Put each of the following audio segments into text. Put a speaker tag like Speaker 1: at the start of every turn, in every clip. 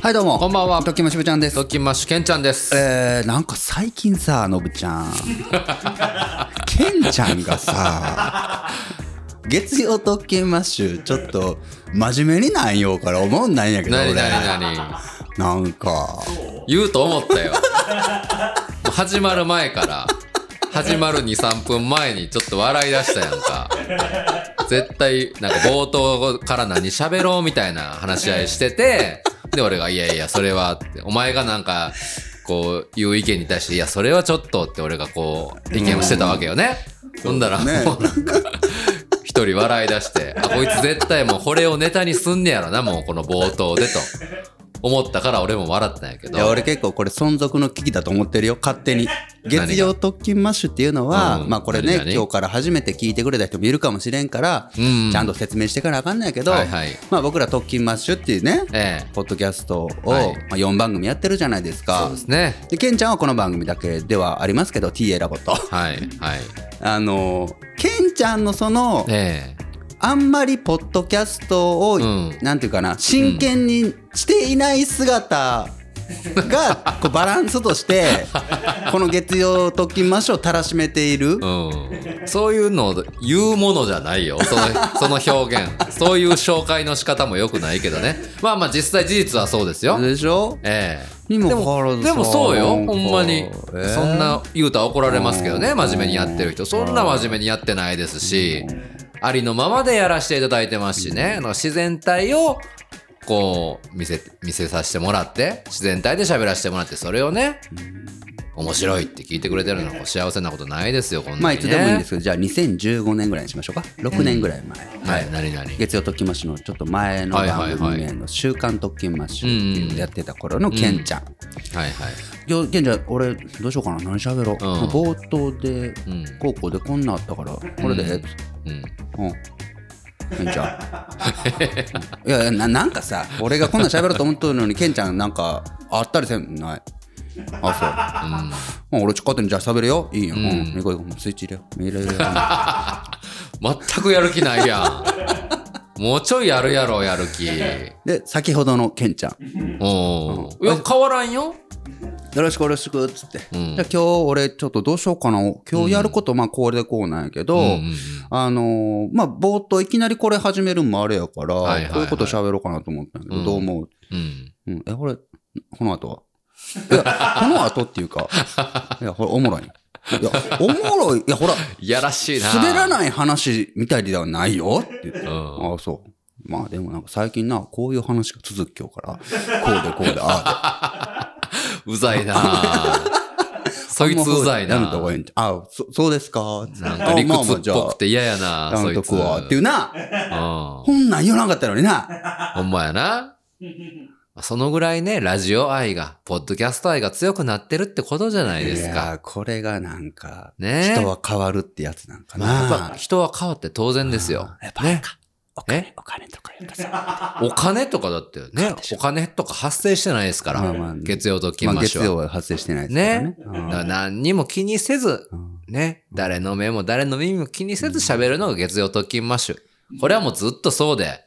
Speaker 1: はいどうも
Speaker 2: こんばんは
Speaker 1: ときましぶちゃんです
Speaker 2: ドキマッシュケンちゃんです。
Speaker 1: えー、なんか最近さのぶちゃん ケンちゃんがさ月曜特勤マッシュちょっと真面目になんようから思うんないんやけど
Speaker 2: な
Speaker 1: 俺
Speaker 2: になにな
Speaker 1: なんか
Speaker 2: に言うと思ったよ。も う始まる前から、始まる2、3分前にちょっと笑い出したやんか。絶対、なんか冒頭から何喋ろうみたいな話し合いしてて、で、俺が、いやいや、それはって、お前がなんか、こう、いう意見に対して、いや、それはちょっとって俺がこう、意見をしてたわけよね。ほんだら、もう
Speaker 1: ね
Speaker 2: なんか、一人笑い出して、あ、こいつ絶対もうこれをネタにすんねやろな、もうこの冒頭でと。思ったから俺も笑ったんやけ
Speaker 1: い
Speaker 2: ど。
Speaker 1: や俺結構これ存続の危機だと思ってるよ勝手に
Speaker 2: が
Speaker 1: 月曜特勤マッシュっていうのは、
Speaker 2: うん
Speaker 1: まあこれ
Speaker 2: 何
Speaker 1: ね
Speaker 2: 々
Speaker 1: 今日から初めて聞いてくれた人もいるかもしれんから、
Speaker 2: うん
Speaker 1: ちゃんと説明してからあかんないけど、
Speaker 2: はいはい
Speaker 1: まあ僕ら特勤マッシュっていうね
Speaker 2: ええ。
Speaker 1: ポッドキャストを、
Speaker 2: はい
Speaker 1: まあ、4番組やってるじゃないですか
Speaker 2: そうですね。
Speaker 1: でケンちゃんはこの番組だけではありますけど TA ラボ と
Speaker 2: はい、はい。
Speaker 1: あのケンちゃんのその
Speaker 2: え
Speaker 1: あんまりポッドキャストを、
Speaker 2: うん
Speaker 1: なんていうかな真剣にしていない姿が、 こうバランスとしてこの月曜特勤マッシュをたらしめている
Speaker 2: え。うん。そういうのを言うものじゃないよ。そ の、その表現。そういう紹介の仕方も良くないけどね。まあまあ実際事実はそうですよ。
Speaker 1: でしょ
Speaker 2: ええ。
Speaker 1: にも
Speaker 2: で
Speaker 1: かかわら
Speaker 2: も
Speaker 1: ず
Speaker 2: でもそうよ、
Speaker 1: なんか
Speaker 2: ほんまに、
Speaker 1: ええ
Speaker 2: そんな言うたら怒られますけどね、真面目にやってる人、そんな真面目にやってないですし、ありのままでやらせていただいてますしね、あの自然体をこう見せ見せさせてもらって、自然体で喋らせてもらって、それをね、面白いって聞いてくれてるのも幸せなことないですよ、こんなに、ね。
Speaker 1: まあいつでもいいんですけどじゃあ2015年ぐらいにしましょうか6年ぐらい前、
Speaker 2: はい、何々。
Speaker 1: 月曜特勤マッシュのちょっと前の
Speaker 2: はいはいは
Speaker 1: 番
Speaker 2: い
Speaker 1: 組名の「週刊特勤マッシュ」っていうのやってた頃のケンちゃん、
Speaker 2: はいはい。
Speaker 1: いやケンちゃん俺どうしようかな何しゃべろう、
Speaker 2: ん
Speaker 1: 冒頭で
Speaker 2: うん
Speaker 1: 高校でこんなんあったからこれで、うん
Speaker 2: うん。
Speaker 1: ケンちゃんいやいやななんかさ俺がこんなんしゃべろうと思っとるのにケンちゃんなんかあったりせんないあそう、うん、俺ちょっと勝手にじゃあしゃべるよいいよ、うん行こう行こうスイッチ入れよう入れよう
Speaker 2: 全くやる気な いやん。もうちょいやるやろ、やる気。
Speaker 1: で先ほどのケンちゃん
Speaker 2: おお。いや、変わらんよ。
Speaker 1: よろしくよろしくっつって、
Speaker 2: ん
Speaker 1: じゃあ今日俺ちょっとどうしようかな今日やることまあこれでこうなんやけど、
Speaker 2: うんうんうん
Speaker 1: あのーまあ冒頭いきなりこれ始めるんもあれやから、
Speaker 2: はいはいはい
Speaker 1: こういうこと喋ろうかなと思ったんやけど、どう思う、
Speaker 2: うん。
Speaker 1: うん、え俺この後はいやこの後っていう かいやほらおもろいいやおもろいいやほら
Speaker 2: いやらしいな。
Speaker 1: 滑ら
Speaker 2: い。
Speaker 1: ない話みたいではないよって言って、
Speaker 2: ん
Speaker 1: ああそうまあでもなんか最近なこういう話が続きよからこうでこうでああで
Speaker 2: うざ いな。そいつうざいな。
Speaker 1: やめた方がいいんちゃうあ、そそうですか。
Speaker 2: なんか理
Speaker 1: あまあまあ
Speaker 2: 屈
Speaker 1: じ
Speaker 2: っ
Speaker 1: ゃあ
Speaker 2: ぽくて嫌やな、
Speaker 1: や
Speaker 2: そ
Speaker 1: めと
Speaker 2: いつ。
Speaker 1: くわ。っていうな。
Speaker 2: うん。ほ
Speaker 1: こんなん言わなかったのにな。
Speaker 2: んまやな。そのぐらいね、ラジオ愛が、ポッドキャスト愛が強くなってるってことじゃないです
Speaker 1: い
Speaker 2: か。
Speaker 1: やーこれがなんか、
Speaker 2: ね
Speaker 1: 人は変わるってやつなんか
Speaker 2: やっぱ
Speaker 1: な。
Speaker 2: 人は変わって当然ですよ。
Speaker 1: やっぱ
Speaker 2: ね。
Speaker 1: お
Speaker 2: 金
Speaker 1: お金とかやっぱさ。
Speaker 2: お金とかだってね、お金とか発生してないですから、
Speaker 1: まあまあ
Speaker 2: 月曜と金
Speaker 1: まあ
Speaker 2: まし
Speaker 1: 月
Speaker 2: は。
Speaker 1: 曜は発生してないですから
Speaker 2: ね
Speaker 1: ね。。
Speaker 2: だから何にも気にせず、ね。誰の目も誰の耳も気にせず喋るのが月曜特勤マッシュ。これはもうずっとそうで、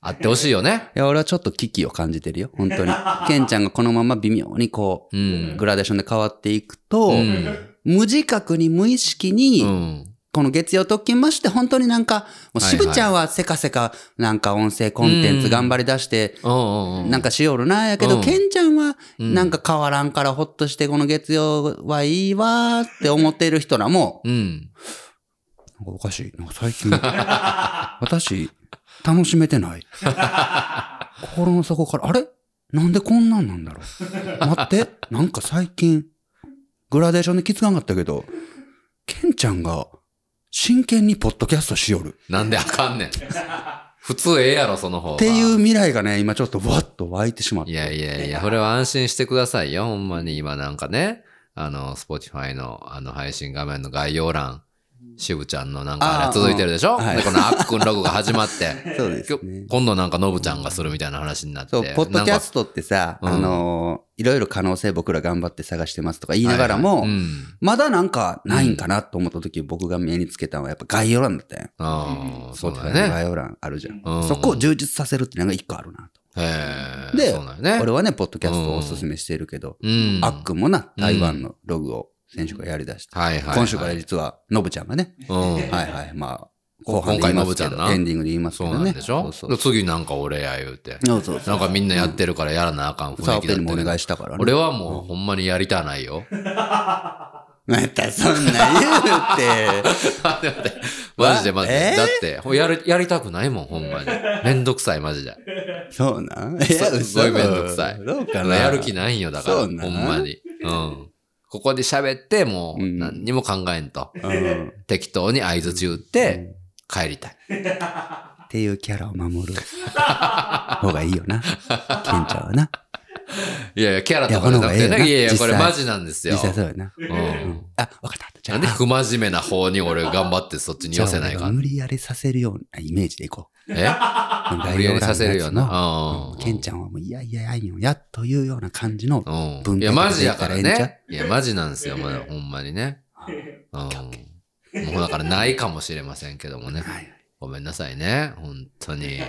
Speaker 2: あってほしいよね。
Speaker 1: いや、俺はちょっと危機を感じてるよ。本 当に。ケンちゃんがこのまま微妙にこう、
Speaker 2: うん
Speaker 1: グラデーションで変わっていくと、
Speaker 2: うん。
Speaker 1: 無自覚に無意識に、
Speaker 2: うん。
Speaker 1: この月曜特勤マッシュって本当になんか、もう
Speaker 2: はいはい
Speaker 1: 渋ちゃんはせかせかなんか音声コンテンツ頑張り出して、
Speaker 2: うんうんうん。
Speaker 1: なんかしよるなやけ
Speaker 2: う
Speaker 1: ど、
Speaker 2: ん
Speaker 1: ケンちゃんは
Speaker 2: うん
Speaker 1: なんか変わらんからほっとしてこの月曜はいいわーって思っている人らも、
Speaker 2: うん。
Speaker 1: なんかおかしい。なんか最 近、私、楽しめて ない。心の底から、あれなんでこんなんなんだろう。待って、なんか最近、グラデーションできつかんかったけど、ケンちゃんが真剣にポッドキャストしよる。
Speaker 2: なんであかんねん。普通ええやろ、その方が。
Speaker 1: っていう。未来がね、今ちょっとわっと湧いてしまっ
Speaker 2: い
Speaker 1: て。
Speaker 2: やいやいや、これは安心してくださいよ。ほんまに今なんかね、あの、Spotify のあの配信画面の概要欄、しぶちゃんのなんかあ
Speaker 1: あー
Speaker 2: れ続いてるでしょ
Speaker 1: うんはい
Speaker 2: でこのあっくんログが始まって。
Speaker 1: そうですね
Speaker 2: 今度なんかノブちゃんがするみたいな話になって。
Speaker 1: そう、ポッドキャス
Speaker 2: ト
Speaker 1: トってさ、
Speaker 2: うん
Speaker 1: あのーいろいろ可能性僕ら頑張って探してますとか言いながらも、
Speaker 2: うん。
Speaker 1: まだなんかないんかなと思った時、僕が目につけたのはやっぱ概要欄だったやん。
Speaker 2: ああ、そうだよ
Speaker 1: ね。
Speaker 2: ね。
Speaker 1: 概要欄あるじゃん。
Speaker 2: うん
Speaker 1: そこを充実させるってなんか一個あるなと。
Speaker 2: へえ。
Speaker 1: で
Speaker 2: そうだよね。
Speaker 1: 俺はね、ポッドキャストをおすすめしているけど、
Speaker 2: うん。
Speaker 1: あっくんもな、台湾のログを先週からやりだして、
Speaker 2: はいはいはい。
Speaker 1: 今週から実は、のぶちゃんがね、
Speaker 2: うん。
Speaker 1: はいはい、まあ、後半で言いますけ
Speaker 2: 今回のぶちゃん
Speaker 1: ど、
Speaker 2: な
Speaker 1: エンディングで言いますけ
Speaker 2: そう
Speaker 1: ど
Speaker 2: な
Speaker 1: ね。
Speaker 2: んでしょ
Speaker 1: そうそう
Speaker 2: 次なんか俺や言うて。
Speaker 1: そうそうそう。
Speaker 2: なんかみんなやってるからやらなあかん雰
Speaker 1: サ
Speaker 2: 囲
Speaker 1: ー
Speaker 2: 気
Speaker 1: ペ
Speaker 2: だっ
Speaker 1: に
Speaker 2: た
Speaker 1: も
Speaker 2: け
Speaker 1: お
Speaker 2: ど
Speaker 1: 願いしたからね。
Speaker 2: 俺はもうほんまにやりたないよ。
Speaker 1: またそんな言うて。
Speaker 2: 待って待ってマジで
Speaker 1: あ
Speaker 2: マジ
Speaker 1: え
Speaker 2: で。
Speaker 1: ー
Speaker 2: だって、ほやる、やりたくないもん、ほんまに。めんどくさい、マジで。
Speaker 1: そうなんいや、
Speaker 2: そう
Speaker 1: 嘘
Speaker 2: すごいめんどくさい
Speaker 1: どうかな
Speaker 2: やる気ないんよ、だから。ほ
Speaker 1: そうんな
Speaker 2: まに。うん。ここで喋って、もう、
Speaker 1: うん
Speaker 2: 何にも考えんと。
Speaker 1: うん。っ
Speaker 2: 適当に合図中打って、帰りたい。
Speaker 1: ていうキャラを守る方がいいよな。ケンちゃんはな。
Speaker 2: いやいや、キャラとかじゃな
Speaker 1: いやこの方が
Speaker 2: くて
Speaker 1: ええよ
Speaker 2: ね。
Speaker 1: ない
Speaker 2: やいや、これ
Speaker 1: 実際
Speaker 2: マジなんですよ
Speaker 1: 実。際そうよな。
Speaker 2: うん。
Speaker 1: あ、わかったわかった。じゃ
Speaker 2: な
Speaker 1: あ
Speaker 2: んで不真面目な方に俺頑張ってそっちに寄せない
Speaker 1: じゃあ
Speaker 2: か
Speaker 1: 俺が。無理やりさせるようなイメージでいこう。
Speaker 2: え無理やりさせるよ
Speaker 1: 概要欄のやつ
Speaker 2: な。うん
Speaker 1: も。ケンちゃんはもういやいやいやいんやというような感じの。
Speaker 2: う
Speaker 1: 文
Speaker 2: ん。
Speaker 1: 体
Speaker 2: い
Speaker 1: とか
Speaker 2: や、マジやから
Speaker 1: でいいから
Speaker 2: ね。いや、マジなんですよ、まだ、ほんまにね。うん。もうだからないかもしれませんけどもね。
Speaker 1: はい。
Speaker 2: ごめんなさいね、本当に。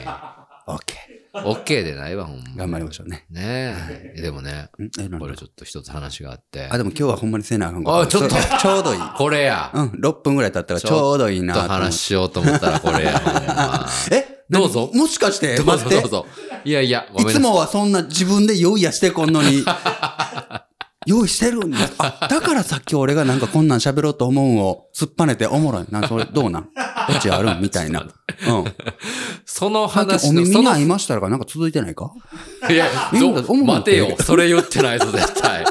Speaker 1: オッケ
Speaker 2: OK でないわ、ほん
Speaker 1: ー。
Speaker 2: ま。
Speaker 1: 頑張りましょうね。
Speaker 2: ねえ。でもね、
Speaker 1: んえなんだ
Speaker 2: 俺ちょっと一つ話があって
Speaker 1: あ、。でも今日はほんまにせなあかん
Speaker 2: あちょっと
Speaker 1: そ ちょうどいい。
Speaker 2: これや。
Speaker 1: うん、6分ぐらい経ったからちょうどいい
Speaker 2: ちょ
Speaker 1: な
Speaker 2: っ
Speaker 1: と思
Speaker 2: と
Speaker 1: って
Speaker 2: 話しようと思ったらこれや、ほんま。
Speaker 1: え
Speaker 2: どうぞ
Speaker 1: もしかして、
Speaker 2: どう
Speaker 1: 待
Speaker 2: ぞ
Speaker 1: って
Speaker 2: どう。ぞ。いやいや、ご
Speaker 1: い
Speaker 2: めん
Speaker 1: つ
Speaker 2: なさい。
Speaker 1: もはそんな自分で用意やしてこんの に。用意してるんだ。あ、だからさっき俺がなんかこんなん喋ろうと思うんを突っぱねておもろい。な、それどうなん価値あるんみた いな。うん。
Speaker 2: その
Speaker 1: さっき
Speaker 2: 話
Speaker 1: お
Speaker 2: の、そ
Speaker 1: 耳に
Speaker 2: の
Speaker 1: 合いましたらがなんか続いてないか
Speaker 2: いや、
Speaker 1: いい
Speaker 2: ど
Speaker 1: んだ主に
Speaker 2: 待てよ。それ言ってないぞ、絶 対。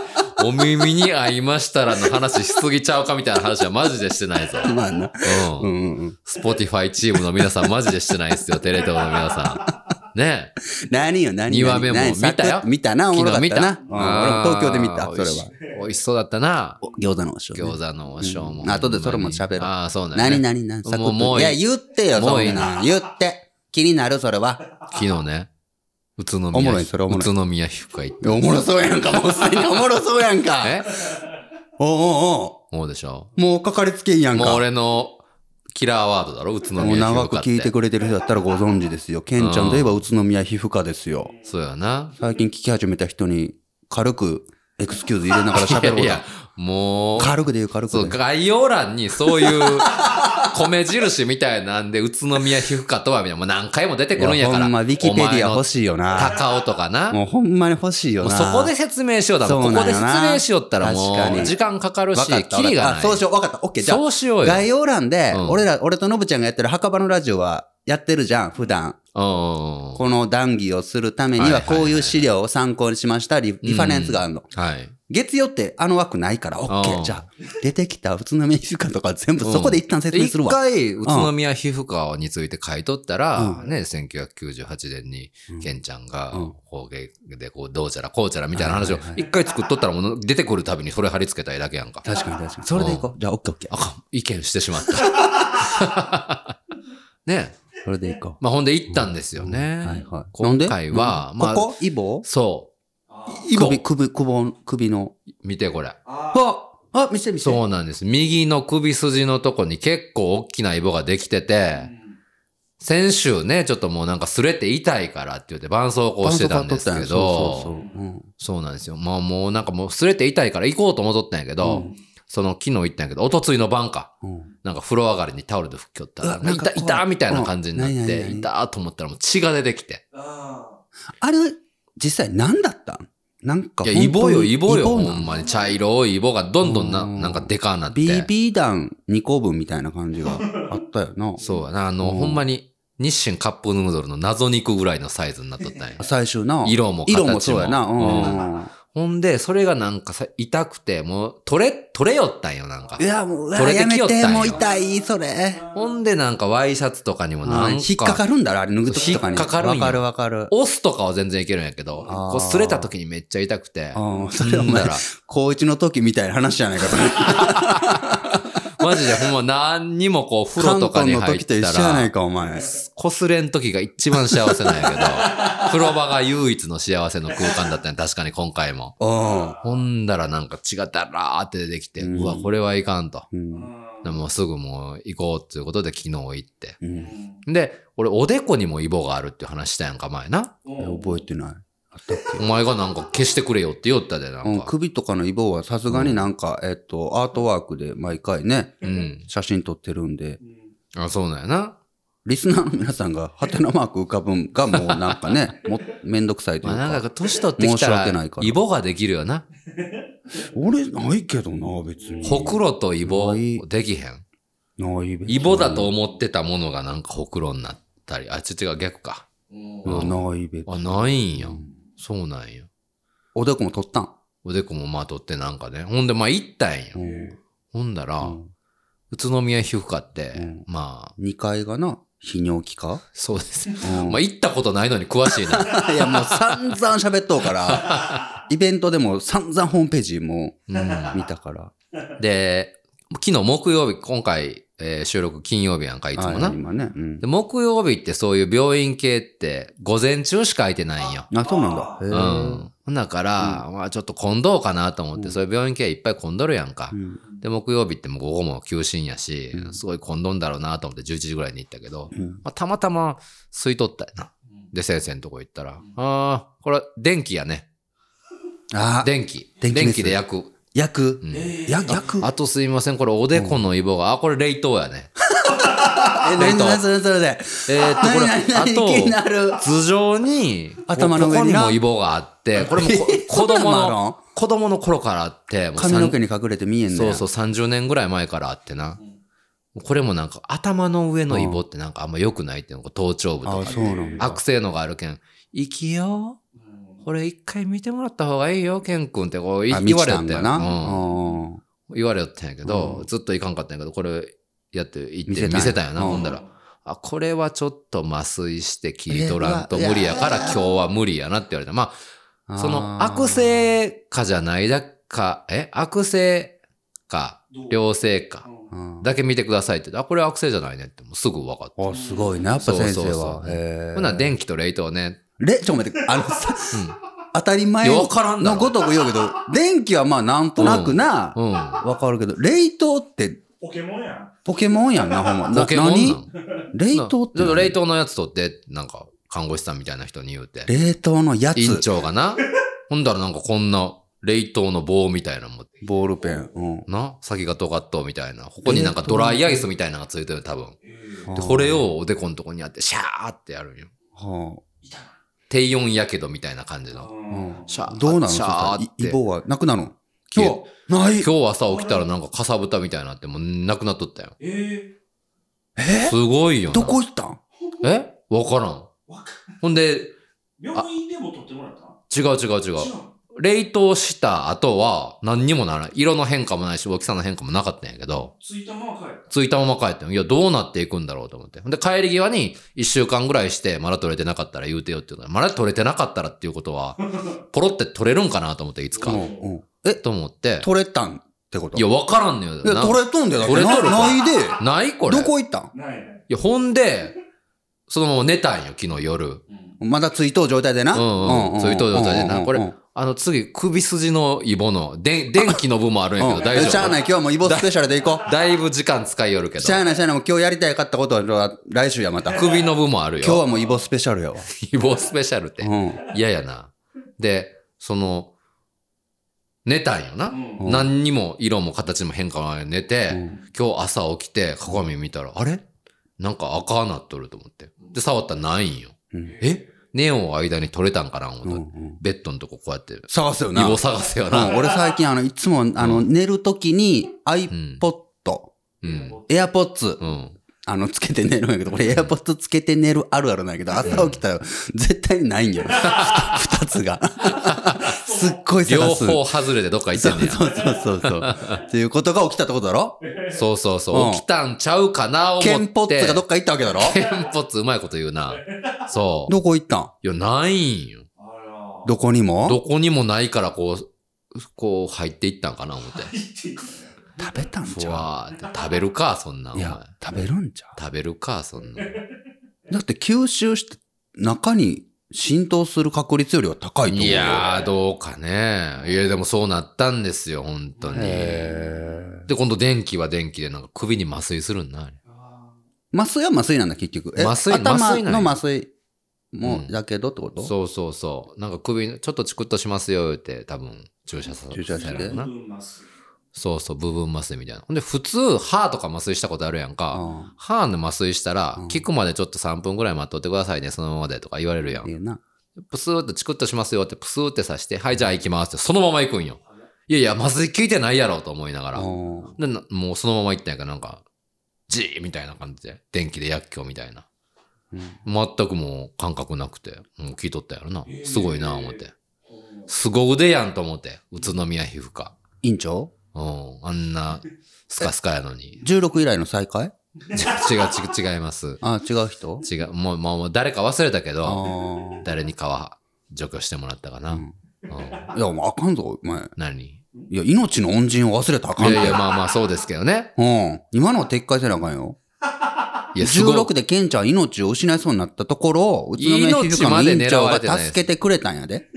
Speaker 2: お耳に合いましたらの話しすぎちゃうかみたいな話はマジでしてないぞ。
Speaker 1: まあな。
Speaker 2: う。
Speaker 1: うんんうんうん。
Speaker 2: スポティファイチームの皆さんマジでしてないですよ、テレ東の皆さん。ね え
Speaker 1: 何よ、何
Speaker 2: 二話目も
Speaker 1: 何
Speaker 2: 見たよ
Speaker 1: サクッ見たな、おもろか
Speaker 2: 昨
Speaker 1: っ
Speaker 2: 日
Speaker 1: た
Speaker 2: 見
Speaker 1: な
Speaker 2: た。。
Speaker 1: うん、俺も東京で見た、
Speaker 2: あー
Speaker 1: それは。。
Speaker 2: 美味し美味しそうだったな。
Speaker 1: お餃子のおしょうね
Speaker 2: 餃子の王将も。
Speaker 1: うん後でそれも喋ろう
Speaker 2: ああ、そうだ
Speaker 1: 何
Speaker 2: ね。
Speaker 1: 何何サクッ
Speaker 2: もうも
Speaker 1: と。い
Speaker 2: ういい
Speaker 1: や、言ってよ、
Speaker 2: も
Speaker 1: そう
Speaker 2: いい
Speaker 1: んなん。言って。気になる、それは。
Speaker 2: 昨日ね。宇都宮。
Speaker 1: おもろいそれおもろい
Speaker 2: 宇都宮皮膚科行っ
Speaker 1: おもろそうやんか、 もうすでにおもろそうやんか。
Speaker 2: た。え
Speaker 1: おうおうお
Speaker 2: もうでしょ。
Speaker 1: うもうかかりつけんやんか。
Speaker 2: もう俺のキラーワードだろ、宇都宮
Speaker 1: もう
Speaker 2: 皮膚科って。
Speaker 1: 長く聞いてくれてる人だったらご存知ですよ。ケンちゃんといえば宇都宮皮膚科ですよ。
Speaker 2: そうやな。
Speaker 1: 最近聞き始めた人に軽くエクスキューズ入れながら喋
Speaker 2: い
Speaker 1: ろう
Speaker 2: や
Speaker 1: な。、
Speaker 2: もう、
Speaker 1: 軽くで言う軽く
Speaker 2: そ
Speaker 1: で
Speaker 2: う、概要欄にそういう、米印みたいなんで、宇都宮皮膚科とは、みたいな、もう何回も出てくるん
Speaker 1: いや
Speaker 2: やから。
Speaker 1: ほんま、ウィキペディア欲
Speaker 2: しい。
Speaker 1: しいよな。
Speaker 2: 高尾とかな。も
Speaker 1: もうほんまに欲しいよ
Speaker 2: う
Speaker 1: な。
Speaker 2: そこで説明しようだもん。
Speaker 1: そう
Speaker 2: こ
Speaker 1: な
Speaker 2: こ
Speaker 1: ん
Speaker 2: で
Speaker 1: よ
Speaker 2: 説
Speaker 1: な
Speaker 2: 明しよったらも
Speaker 1: 確か
Speaker 2: う、
Speaker 1: に
Speaker 2: 時間かかる
Speaker 1: わ
Speaker 2: し
Speaker 1: かっ、た
Speaker 2: キリが
Speaker 1: あ
Speaker 2: ない。
Speaker 1: そうしよう、わかった。オッケー。じゃあ
Speaker 2: そうしようよ。
Speaker 1: 概要欄で、
Speaker 2: うん
Speaker 1: 俺ら、俺とのぶちゃんがやってる墓場のラジオはやってるじゃん、普段。
Speaker 2: うんうんうん
Speaker 1: この談義をするために
Speaker 2: は
Speaker 1: はい
Speaker 2: はいはいはい
Speaker 1: こういう資料を参考にしましたリリファレンスがあるの。
Speaker 2: はい。
Speaker 1: 月曜ってあの枠ないから、オッケ
Speaker 2: うん
Speaker 1: ー。じゃあ、出てきた宇都宮皮膚科とか全部そこで一旦説明する
Speaker 2: 一
Speaker 1: わ。
Speaker 2: 回、宇都宮皮膚科について書いとったら、
Speaker 1: うん
Speaker 2: ね、1998年に、ケンちゃんが
Speaker 1: うん、
Speaker 2: 方言で、こう、どうちゃら、こうちゃらみたいな話
Speaker 1: は
Speaker 2: を
Speaker 1: いはい、はい
Speaker 2: 一回作っとったら、もう出てくるたびにそれ貼り付けたいだけやんか。
Speaker 1: 確かに確かに。それでいこう。じゃあ、オッケーオッケー
Speaker 2: あ。かん、意見してしまった。 ね。
Speaker 1: それでいこ
Speaker 2: まあ、ほんで行ったんですよね。
Speaker 1: はいはい
Speaker 2: 今回
Speaker 1: な
Speaker 2: は、
Speaker 1: んで
Speaker 2: まあ、
Speaker 1: ここイボ
Speaker 2: そボ
Speaker 1: 首、首、首、首の。
Speaker 2: う、見てこれ。
Speaker 1: ああ、見せて見せて。
Speaker 2: そうなんです。右の首筋のとこに結構大きなイボができてて、先週ね、ちょっともうなんか擦れて痛いからって言って絆創膏してたんですけ
Speaker 1: そうそう
Speaker 2: ど、
Speaker 1: そう。うん
Speaker 2: そうなんですよ。まあもうなんかもう擦れて痛いから行こうと思っとったんやけど、
Speaker 1: うん
Speaker 2: その昨日行ったんやけど、おとついの晩か。
Speaker 1: うん
Speaker 2: なんか風呂上がりにタオルで拭きよったら、
Speaker 1: うわなん
Speaker 2: 痛
Speaker 1: か
Speaker 2: い痛いみたいな感じになっ
Speaker 1: うん何
Speaker 2: て、
Speaker 1: 々
Speaker 2: 痛ーと思ったらもう血が出てきて。
Speaker 1: あれ、実際何だったんなんか本
Speaker 2: いや、
Speaker 1: 当に。
Speaker 2: イボよ、イボよ、ほ
Speaker 1: なん
Speaker 2: まに。茶色いイボがどんどんな、
Speaker 1: うん
Speaker 2: なんかでかなって。
Speaker 1: BB 弾2個分みたいな感じがあったよな。
Speaker 2: そうやな、あの、
Speaker 1: うん
Speaker 2: ほんまに、日清カップヌードルの謎肉ぐらいのサイズになっとったんや。
Speaker 1: 最終な。
Speaker 2: 色も形も
Speaker 1: 色もそうやな。うん。
Speaker 2: ほんで、それがなんかさ、痛くて、もう、取れ、取れよったんよ、なんか
Speaker 1: い。や、もう、
Speaker 2: 取れ
Speaker 1: や
Speaker 2: てき
Speaker 1: め
Speaker 2: よったん
Speaker 1: て、
Speaker 2: よ
Speaker 1: もう痛い、それ。
Speaker 2: ほんで、なんかワイシャツとかにもなんか、
Speaker 1: 引っかかるんだろ、あれ、脱ぐときとかに。
Speaker 2: 引っかかる
Speaker 1: わ
Speaker 2: んや
Speaker 1: かるわかる。
Speaker 2: 押すとかは全然いけるんやけど、
Speaker 1: あー
Speaker 2: こう、擦れた時にめっちゃ痛くて。
Speaker 1: うんそれお前
Speaker 2: ほんだら
Speaker 1: 高一の時みたいな話じゃないか、それ。
Speaker 2: まマジでほんま何にもこう、風呂とかに
Speaker 1: の
Speaker 2: 入っ
Speaker 1: 時と
Speaker 2: た
Speaker 1: 一緒やない
Speaker 2: ら、
Speaker 1: か、お前。
Speaker 2: こすれん時が一番幸せなんやけど、風呂場が唯一の幸せの空間だったね。確かに今回も。
Speaker 1: お
Speaker 2: ほんだらなんか血がだらーって出てきて、
Speaker 1: うん
Speaker 2: うわ、これはいかんと。
Speaker 1: う。
Speaker 3: うんん
Speaker 2: でもうすぐもう行こうっていうことで昨日行って。
Speaker 1: う。
Speaker 3: うんん
Speaker 2: で、俺おでこにもイボがあるっていう話したやんか、前な。
Speaker 1: え覚えてない。あったっ
Speaker 2: お前がなんか消してくれよって言おったで、な
Speaker 1: けうん
Speaker 2: んか。
Speaker 1: 首とかのイボはさすがになんか、えっと、アートワークで毎回ね、
Speaker 2: うん。
Speaker 1: 写真撮ってるんで、
Speaker 3: うん
Speaker 2: あ、そうなんやな。
Speaker 1: リスナーの皆さんが、ハテナマーク浮かぶん がもうなんかね、も、めんどくさいとい
Speaker 2: ま
Speaker 1: う
Speaker 2: あなん
Speaker 1: か。
Speaker 2: か年取ってきた
Speaker 1: 申し訳な
Speaker 2: ら
Speaker 1: いか、ら
Speaker 2: イボができるよな。
Speaker 1: 俺、ないけどな、別に。
Speaker 2: ほくろとイボ
Speaker 1: ない
Speaker 2: できへん。
Speaker 1: ない別に
Speaker 2: イボだと思ってたものがなんかほくろになったり。あ、ち違う、逆か。
Speaker 1: う
Speaker 3: う
Speaker 1: ん
Speaker 3: ん
Speaker 1: ない別に。
Speaker 2: あ、ないんや
Speaker 1: う。ん
Speaker 2: そうなんや。
Speaker 1: おでこも撮ったん。
Speaker 2: おでこもまとってなんかね。ほんで、まあ行ったんや
Speaker 1: う。ん
Speaker 2: ほんだら、
Speaker 1: うん
Speaker 2: 宇都宮皮膚科って、
Speaker 1: うん
Speaker 2: まあ、
Speaker 1: 二階がな、泌尿器科
Speaker 2: そうです。
Speaker 1: うん
Speaker 2: まあ、行ったことないのに詳しいな。
Speaker 1: いや、もう散々喋っとう から、イベントでも散々ホームページも
Speaker 2: う
Speaker 1: 見たから。
Speaker 2: ん、で、昨日木曜日、今回、えー収録金曜日やんか、いつもな
Speaker 1: はい。今ね。うん
Speaker 2: で木曜日ってそういう病院系って午前中しか空いてないんよ。
Speaker 1: あ、そうなんだ。へ
Speaker 2: う
Speaker 1: ー
Speaker 2: ん。だから、まあちょっと混同かなと思って、
Speaker 1: うん
Speaker 2: そういう病院系いっぱい混んどるやんか。
Speaker 1: うん
Speaker 2: で、木曜日ってもう午後も休診やし、
Speaker 1: うん
Speaker 2: すごい混んどんだろうなと思って11時ぐらいに行ったけど、
Speaker 1: うん
Speaker 2: まあ、たまたま吸い取ったよな。で、先生のとこ行ったら、あー、これ電気やね。
Speaker 1: あ、
Speaker 2: 電気。電
Speaker 1: 電気です
Speaker 2: 気で焼く。
Speaker 1: 焼く
Speaker 2: うん
Speaker 1: や焼く
Speaker 2: あとすいません、これおでこのイボが、あ、これ冷凍や ね。
Speaker 1: え、
Speaker 2: 冷凍
Speaker 1: 何それそれで。
Speaker 2: えーっと、これ、
Speaker 1: 何何何気に
Speaker 2: あ
Speaker 1: なる。
Speaker 2: と、頭上に、
Speaker 1: 頭の上にな
Speaker 2: ここにもイボがあって、これもこ 子
Speaker 1: そんなん
Speaker 2: 供
Speaker 1: もある
Speaker 2: の
Speaker 1: の、
Speaker 2: 子供の頃からあって、もう
Speaker 1: 髪の毛
Speaker 2: に
Speaker 1: に隠れて見えんね
Speaker 2: そう
Speaker 1: う。
Speaker 2: そう、30年ぐらい前からあってな。これもなんか、頭の上のイボってなんかあんま良くないっていうのが、頭頂部と
Speaker 1: あ、
Speaker 2: か
Speaker 1: そ
Speaker 2: で
Speaker 1: うなんだ
Speaker 2: 悪。性のがあるけん、生きよう。これ一回見てもらった方がいいよ、ケン君ってこうい
Speaker 1: あ
Speaker 2: 言われ
Speaker 1: み
Speaker 2: て
Speaker 1: ちたんが
Speaker 2: う
Speaker 1: な。
Speaker 2: ん
Speaker 1: うん
Speaker 2: 言われよったんやけど、
Speaker 1: うん
Speaker 2: ずっといかんかったんやけど、これやって行っ
Speaker 1: 見
Speaker 2: て
Speaker 1: せたんや
Speaker 2: 見せたんやな、
Speaker 1: うん
Speaker 2: ほんだら。あ、これはちょっと麻酔して切り取らんと無理やから
Speaker 1: えう
Speaker 2: 今
Speaker 1: わ
Speaker 2: 日は無理やなって言われた。まあ、その
Speaker 1: あー
Speaker 2: 悪性かじゃないだか、え悪性か、良性か、
Speaker 1: うん
Speaker 2: だけ見てくださいって言ってあ、これは悪性じゃないねってもうすぐ分かった。
Speaker 1: あ、すごいな、やっぱ先
Speaker 2: そう
Speaker 1: 生
Speaker 2: そうそう
Speaker 1: は。へー
Speaker 2: ほんなら電気と冷凍ね。
Speaker 1: れ、ちょ、待って、あのさ、当たり前
Speaker 2: いやわからんだろ
Speaker 1: のごとく言うけど、電気はまあなんとなくな、
Speaker 2: うん。
Speaker 1: わかるけど、冷凍って
Speaker 3: ポケモンやん。
Speaker 1: ポケモンやんな、ほんま。な
Speaker 2: ポケモンなん
Speaker 1: 何冷凍って
Speaker 2: ちょっと
Speaker 1: 何。
Speaker 2: 冷凍のやつ取って、なんか、看護師さんみたいな人に言うて。
Speaker 1: 冷凍のや
Speaker 2: 院
Speaker 1: つ。
Speaker 2: 長 がな。ほんだらなんかこんな冷凍の棒みたいなの持って。
Speaker 1: ボールペン。うん。
Speaker 2: な先が尖っとうみたいな。ここになんかドライアイスみたいなのがついてる多分。で、これをおでこのとこにあって、シャーってやるんよ。
Speaker 1: は
Speaker 2: 低温やけどみたいな感じの。
Speaker 1: あ。うん
Speaker 2: シャー
Speaker 1: どうなの
Speaker 2: シ
Speaker 1: そ
Speaker 2: ャーっ
Speaker 1: れ
Speaker 2: て
Speaker 1: いイボはなくなるの
Speaker 2: 消え
Speaker 1: 今日ない
Speaker 2: 今日朝起きたらなんかかさぶたみたいになってもうなくなっとったよ。
Speaker 3: えー
Speaker 1: え
Speaker 2: すごいよな。
Speaker 1: どこ行ったん
Speaker 2: えわからん。ほんで、
Speaker 3: 病院でも取ってもらった
Speaker 2: 違う違う違
Speaker 3: 違
Speaker 2: う。
Speaker 3: う
Speaker 2: 冷凍した後は何にもならない。色の変化もないし、大きさの変化もなかったんやけど。
Speaker 3: ついたまま帰った。
Speaker 2: ついたまま帰ってんいや、どうなっていくんだろうと思って。ほんで、帰り際に、一週間ぐらいして、まだ取れてなかったら言うてよっていうのは、まだ取れてなかったらっていうこ とは、ポロって取れるんかなと思って、いつか
Speaker 1: う。んうんえ、
Speaker 2: と思って。
Speaker 1: 取れたんってこと
Speaker 2: いや、わからんのよ。
Speaker 1: いや
Speaker 2: な
Speaker 1: 取れとんだよ。
Speaker 2: 取れとるか
Speaker 1: なないで。
Speaker 2: ないこれ。
Speaker 1: どこ行ったん
Speaker 3: ないね。
Speaker 2: いや、ほんで、そのまま寝たんよ、昨日夜。
Speaker 3: うん
Speaker 1: まだ追悼状態でな。
Speaker 2: うんうん追悼状態でなこれ
Speaker 1: うんうん
Speaker 2: あの、次、首筋のイボの、 でん電気の部もあるんやけど、大
Speaker 1: うんしゃ
Speaker 2: 丈
Speaker 1: あない、今
Speaker 2: 夫。
Speaker 1: 日はもうイボスペシャルで行こ
Speaker 2: だいぶ時間使いよるけ
Speaker 1: う。
Speaker 2: ど
Speaker 1: し。ゃあない、しゃあない、もう今日やりたいかったことは来週や、また。今
Speaker 2: 首の部もある
Speaker 1: 日
Speaker 2: よ。
Speaker 1: はもうイボスペシャルやわ。
Speaker 2: イボスペシャルって。
Speaker 1: うん。
Speaker 2: 嫌やな。で、その、寝たんよな。
Speaker 3: うん
Speaker 1: ん
Speaker 2: 何にも色も形も変化もない寝て、
Speaker 1: うん
Speaker 2: 今日朝起きて鏡見たら、あれなんか赤なっとると思って。で、触ったらないんよ。
Speaker 1: うん
Speaker 2: えネオンを間に取れたんかな思った、
Speaker 1: うんうん
Speaker 2: ベッドのとここうやって、イ
Speaker 1: 探すよな。
Speaker 2: ボ探せよ
Speaker 1: うん
Speaker 2: な。
Speaker 1: 俺最近あの、いつもあの、寝るときに iPod、
Speaker 2: うん。
Speaker 1: AirPods、
Speaker 2: うん。
Speaker 1: あの、つけて寝るんやけど、これ AirPods つけて寝るあるあるなんやけど、朝起きたら絶対に ないんやろ。二つが。すっごい
Speaker 2: 両
Speaker 1: 探す。
Speaker 2: 方外れてどっか行ってんね や。
Speaker 1: そうそうそうそう。っていうことが起きたってことだろ
Speaker 2: そうそうそうう。
Speaker 1: ん
Speaker 2: 起きたんちゃうかな思って。
Speaker 1: ケンポッツがどっか行ったわけだろ
Speaker 2: ケンポッツうまいこと言 うな。そう。
Speaker 1: どこ行ったん
Speaker 2: いや、ないんよ。
Speaker 3: あら
Speaker 1: どこにも
Speaker 2: どこにもないからこう、こう入っていったんかな思って。
Speaker 1: 食べたんち
Speaker 2: ふ
Speaker 1: ゃ
Speaker 2: わーって食べるか、そんなん。
Speaker 1: うい
Speaker 2: お前
Speaker 1: や、食べるんちゃ
Speaker 2: 食べるか、そんなん。
Speaker 1: うだって吸収して中に浸透する確率よりは高いと思うよ。
Speaker 2: いやー、どうかね。いや、でもそうなったんですよ、本当に。で、
Speaker 1: へ
Speaker 2: 今度電気は電気で、なんか首に麻酔するんな。あれ
Speaker 3: あ
Speaker 1: ー麻酔は麻酔なんだ、結局。え
Speaker 2: 麻酔麻
Speaker 1: 頭
Speaker 2: 酔なんや
Speaker 1: の麻酔も
Speaker 2: うん
Speaker 1: だけどってこと、
Speaker 2: そうそうそう。なんか首、ちょっとチクッとしますよって、多分、注射さ
Speaker 1: 注射して
Speaker 2: さ
Speaker 1: え
Speaker 2: れ
Speaker 3: ー
Speaker 2: るな
Speaker 3: う。んます
Speaker 2: そうそう、部分麻酔みたいな。ほんで、普通、歯とか麻酔したことあるやんか。
Speaker 1: あ
Speaker 2: 歯の麻酔したら
Speaker 1: う、ん
Speaker 2: 効くまでちょっと3分ぐらい待っとってくださいね、そのままでとか言われるや
Speaker 1: あ、い
Speaker 2: ん。
Speaker 1: うな。
Speaker 2: プスーってチクッとしますよって、プスーって刺して、はい、じゃあ行きますって、そのまま行くんよ
Speaker 3: あ。
Speaker 2: いやいや、麻酔効いてないやろと思いながら。
Speaker 1: あ
Speaker 2: で、なもうそのまま行ったんやから、なんか、ジーみたいな感じで、電気で薬莢みたいな。
Speaker 1: ー
Speaker 2: 全くもう感覚なくて、もう聞いとったやろな
Speaker 3: へ。ー
Speaker 2: すごいな、思って。
Speaker 3: うん
Speaker 2: すご腕やんと思って、宇都宮皮膚科。
Speaker 1: 委員長
Speaker 2: うん、あんな、スカスカやのに。
Speaker 1: ?16 以来の再会
Speaker 2: 違う、違う、違います。
Speaker 1: あー違う人
Speaker 2: 違う、もう、もうもう誰か忘れたけ
Speaker 1: あ
Speaker 2: ど、
Speaker 1: ー
Speaker 2: 誰にかは除去してもらったかな。
Speaker 1: う
Speaker 2: うんん。
Speaker 1: いや、お前あかんぞ、お前。
Speaker 2: 何
Speaker 1: いや、命の恩人を忘れたらあ
Speaker 2: い
Speaker 1: かんぞ
Speaker 2: やいや、まあまあ、そうですけどね。
Speaker 1: うん。今のは撤回せなあかんよ。
Speaker 2: いや、すごい
Speaker 1: 16。でケンちゃん命を失いそうになったところを、宇都宮皮膚科の院長が助けてくれたんやで。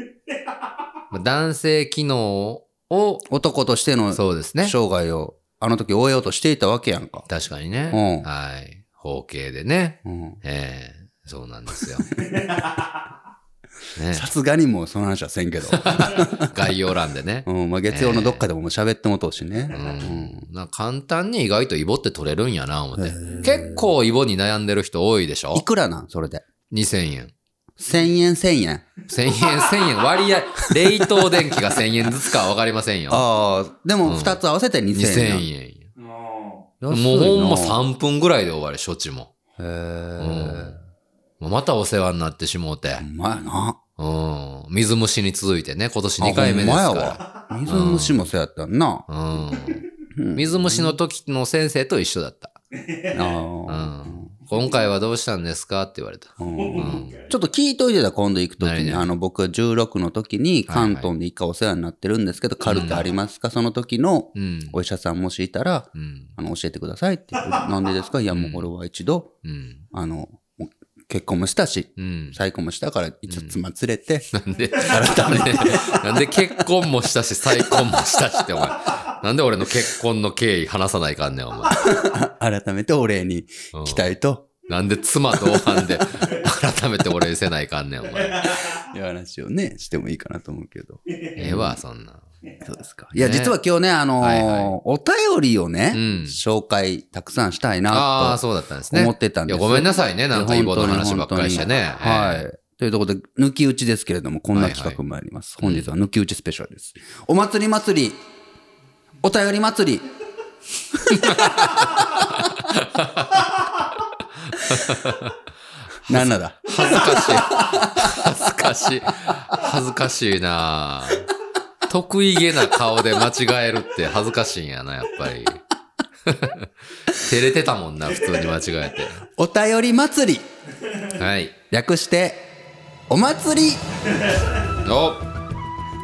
Speaker 2: まあ男性機能を、
Speaker 1: 男としての生
Speaker 2: そうですね。
Speaker 1: 涯を、あの時終えようとしていたわけやんか。
Speaker 2: 確かに
Speaker 1: うん
Speaker 2: ね。はい。包茎でね。
Speaker 1: うん。
Speaker 2: ええそうなん ですよ。ね、
Speaker 1: さすがにもうその話はせんけ ど。
Speaker 2: 概要欄でね。
Speaker 1: うん。まあ、月曜のどっかでももう喋っても とうし
Speaker 2: う
Speaker 1: ね。
Speaker 2: ん、なんか簡単に意外とイボって取れるんやな、思って
Speaker 1: へー。
Speaker 2: 結構イボに悩んでる人多いでし
Speaker 1: い
Speaker 2: ょ
Speaker 1: くらなんそれで。
Speaker 2: ?2000 円。
Speaker 1: 1000円、1000円。
Speaker 2: 1000円、1000 円。割合、冷凍電気が1000円ずつかは分かりませんよ。
Speaker 1: ああ、で
Speaker 2: う
Speaker 1: も
Speaker 2: ん
Speaker 1: 2つ合わせて2000
Speaker 2: 2000
Speaker 1: 円。
Speaker 2: 円。
Speaker 3: あー
Speaker 1: 安いな
Speaker 2: もうほんま3分ぐらいで終わり、処置も。
Speaker 1: へ
Speaker 2: う
Speaker 1: え
Speaker 2: ん。またお世話になってしもうて
Speaker 1: ほ。んまやな。
Speaker 2: うん。水虫に続いてね、今年2回目ですから。
Speaker 1: ら。水虫もそうやったんな。
Speaker 2: う
Speaker 1: うん
Speaker 2: ん。水虫の時の先生と一緒だった。う
Speaker 1: あ
Speaker 2: ん。今回はどうしたんですかって言われた。
Speaker 1: ーうん
Speaker 2: ん
Speaker 1: ちょっと聞いといてた、今度行くとき
Speaker 2: 何
Speaker 1: に。
Speaker 2: 々
Speaker 1: あの、僕は16の時に関東で一回お世話になってるんですけど、カルテありますかその時の
Speaker 2: うん。
Speaker 1: お医者さんもしいたら、
Speaker 2: うん。
Speaker 1: あの、教えてくださいって 言って。なんでですかいや、もう俺は一度、
Speaker 2: うん。
Speaker 1: あの、もう結婚もしたし、
Speaker 2: うん。
Speaker 1: 再婚もしたから、一応妻連れて、
Speaker 2: なんで、なんでなんで結婚もしたし、再婚もしたしって、お前。なんで俺の結婚の経緯話さないかんねん、お前。
Speaker 1: 改めてお礼に
Speaker 2: うん
Speaker 1: 来たいと、
Speaker 2: なんで妻同伴で、改めてお礼せないかんねん、お前。
Speaker 1: いう話をね、してもいいかなと思うけど。
Speaker 2: ええわ、そんな。
Speaker 1: そうですか。いや、
Speaker 2: ね
Speaker 1: 実は今日ね、あのー
Speaker 2: はいはい
Speaker 1: お便りをね、
Speaker 2: うん
Speaker 1: 紹介たくさんしたい
Speaker 2: ああー、
Speaker 1: なと
Speaker 2: そうだったんですね。
Speaker 1: 思ってたん
Speaker 2: い
Speaker 1: で
Speaker 2: や、
Speaker 1: す
Speaker 2: ごめんなさいね、なんかイボの話ばっかりしてね。
Speaker 1: は
Speaker 2: ええ
Speaker 1: い。というところで、抜き打ちですけれども、こんな企画もあります。
Speaker 2: はいはい
Speaker 1: 本日は抜き打ちスペシャルです。お祭り祭り、お便り祭り。何なんだ
Speaker 2: 恥ずかしい。恥ずかしい。恥ずかしいなぁ得意げな顔で間違えるって恥ずかしいんやな、やっぱり。照れてたもんな、普通に間違え
Speaker 1: お便り祭り。
Speaker 2: て。はい。
Speaker 1: 略して、お祭り
Speaker 2: お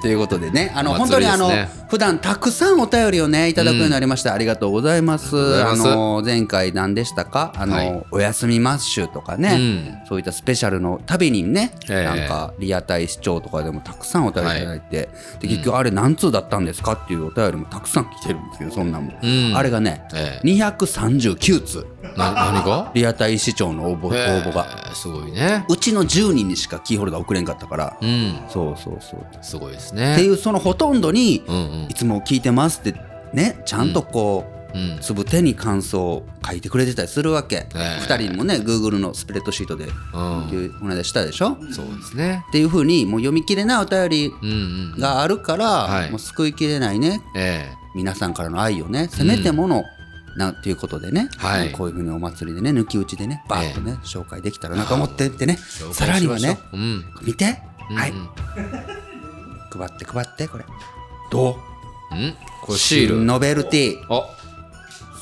Speaker 1: ということでね、あの、
Speaker 2: お
Speaker 1: 本当
Speaker 2: 祭り
Speaker 1: に
Speaker 2: で
Speaker 1: あ
Speaker 2: すね
Speaker 1: の、普段たくさんお便りをね、いただくようになりました。ありがとうございます。
Speaker 2: りがと
Speaker 1: あ
Speaker 2: うございます
Speaker 1: の、前回何でしたかあの、
Speaker 2: はい
Speaker 1: おやすみマッシュとかね、そういったスペシャルのたびにね、
Speaker 2: ええ
Speaker 1: なんか、リアタイ視聴とかでもたくさんお便りいただいて、で、結局あれ何通だったんですかっていうお便りもたくさん来てるんですけど、そんなんも。
Speaker 2: うん
Speaker 1: あれがね、
Speaker 2: え
Speaker 1: 239通、
Speaker 2: えな、何が
Speaker 1: リアタイ視聴の応募、応募が。
Speaker 2: ええすごいね。
Speaker 1: うちの10人にしかキーホルダー送れんかったから、
Speaker 2: うん。
Speaker 1: そうそうそう。
Speaker 2: すごいです
Speaker 1: ってい
Speaker 2: ね。
Speaker 1: うそのほとんどに、
Speaker 2: うんうん
Speaker 1: い。つも聞いてますってねちゃんとこう、
Speaker 2: うん。
Speaker 1: つぶてに感想を書いてくれてたりするわけ、二
Speaker 2: ええ
Speaker 1: 2人にもね Google のスプレッドシートで
Speaker 2: うん。
Speaker 1: お願いしたでしょ、っ
Speaker 2: そうですね。
Speaker 1: ていうふうにもう読み切れないお便り
Speaker 2: うんうん。
Speaker 1: があるから、
Speaker 2: はい
Speaker 1: もう救いきれないね
Speaker 2: え
Speaker 1: 皆さんからの愛をねせめてもの、なんていうことでね、
Speaker 2: はい
Speaker 1: こういうふうにお祭りでね抜き打ちでねバーッとね、紹介できたらなと思ってってね
Speaker 2: え
Speaker 1: さらにはね。
Speaker 2: うん。
Speaker 1: 見て、
Speaker 2: うんうん
Speaker 1: はい配って配ってこれどう
Speaker 2: うんこれシール。
Speaker 1: ノベルティ
Speaker 2: あ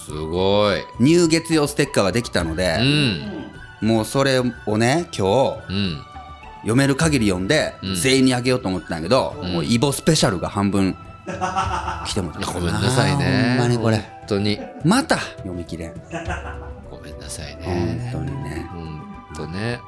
Speaker 2: すごい。
Speaker 1: ニュー月曜ステッカーができたので
Speaker 2: う、ん。
Speaker 1: もうそれをね今日
Speaker 2: うん。
Speaker 1: 読める限り読んで、
Speaker 2: うん
Speaker 1: 全員にあげようと思ってたんやけど、
Speaker 2: ん
Speaker 1: もうイボスペシャルが半分来てもらった
Speaker 2: ごめんなさいね
Speaker 1: ほんまにこれ
Speaker 2: 本当に
Speaker 1: また読み切れん
Speaker 2: ごめんなさい
Speaker 1: 本
Speaker 2: ね
Speaker 1: 当にね
Speaker 2: うんとね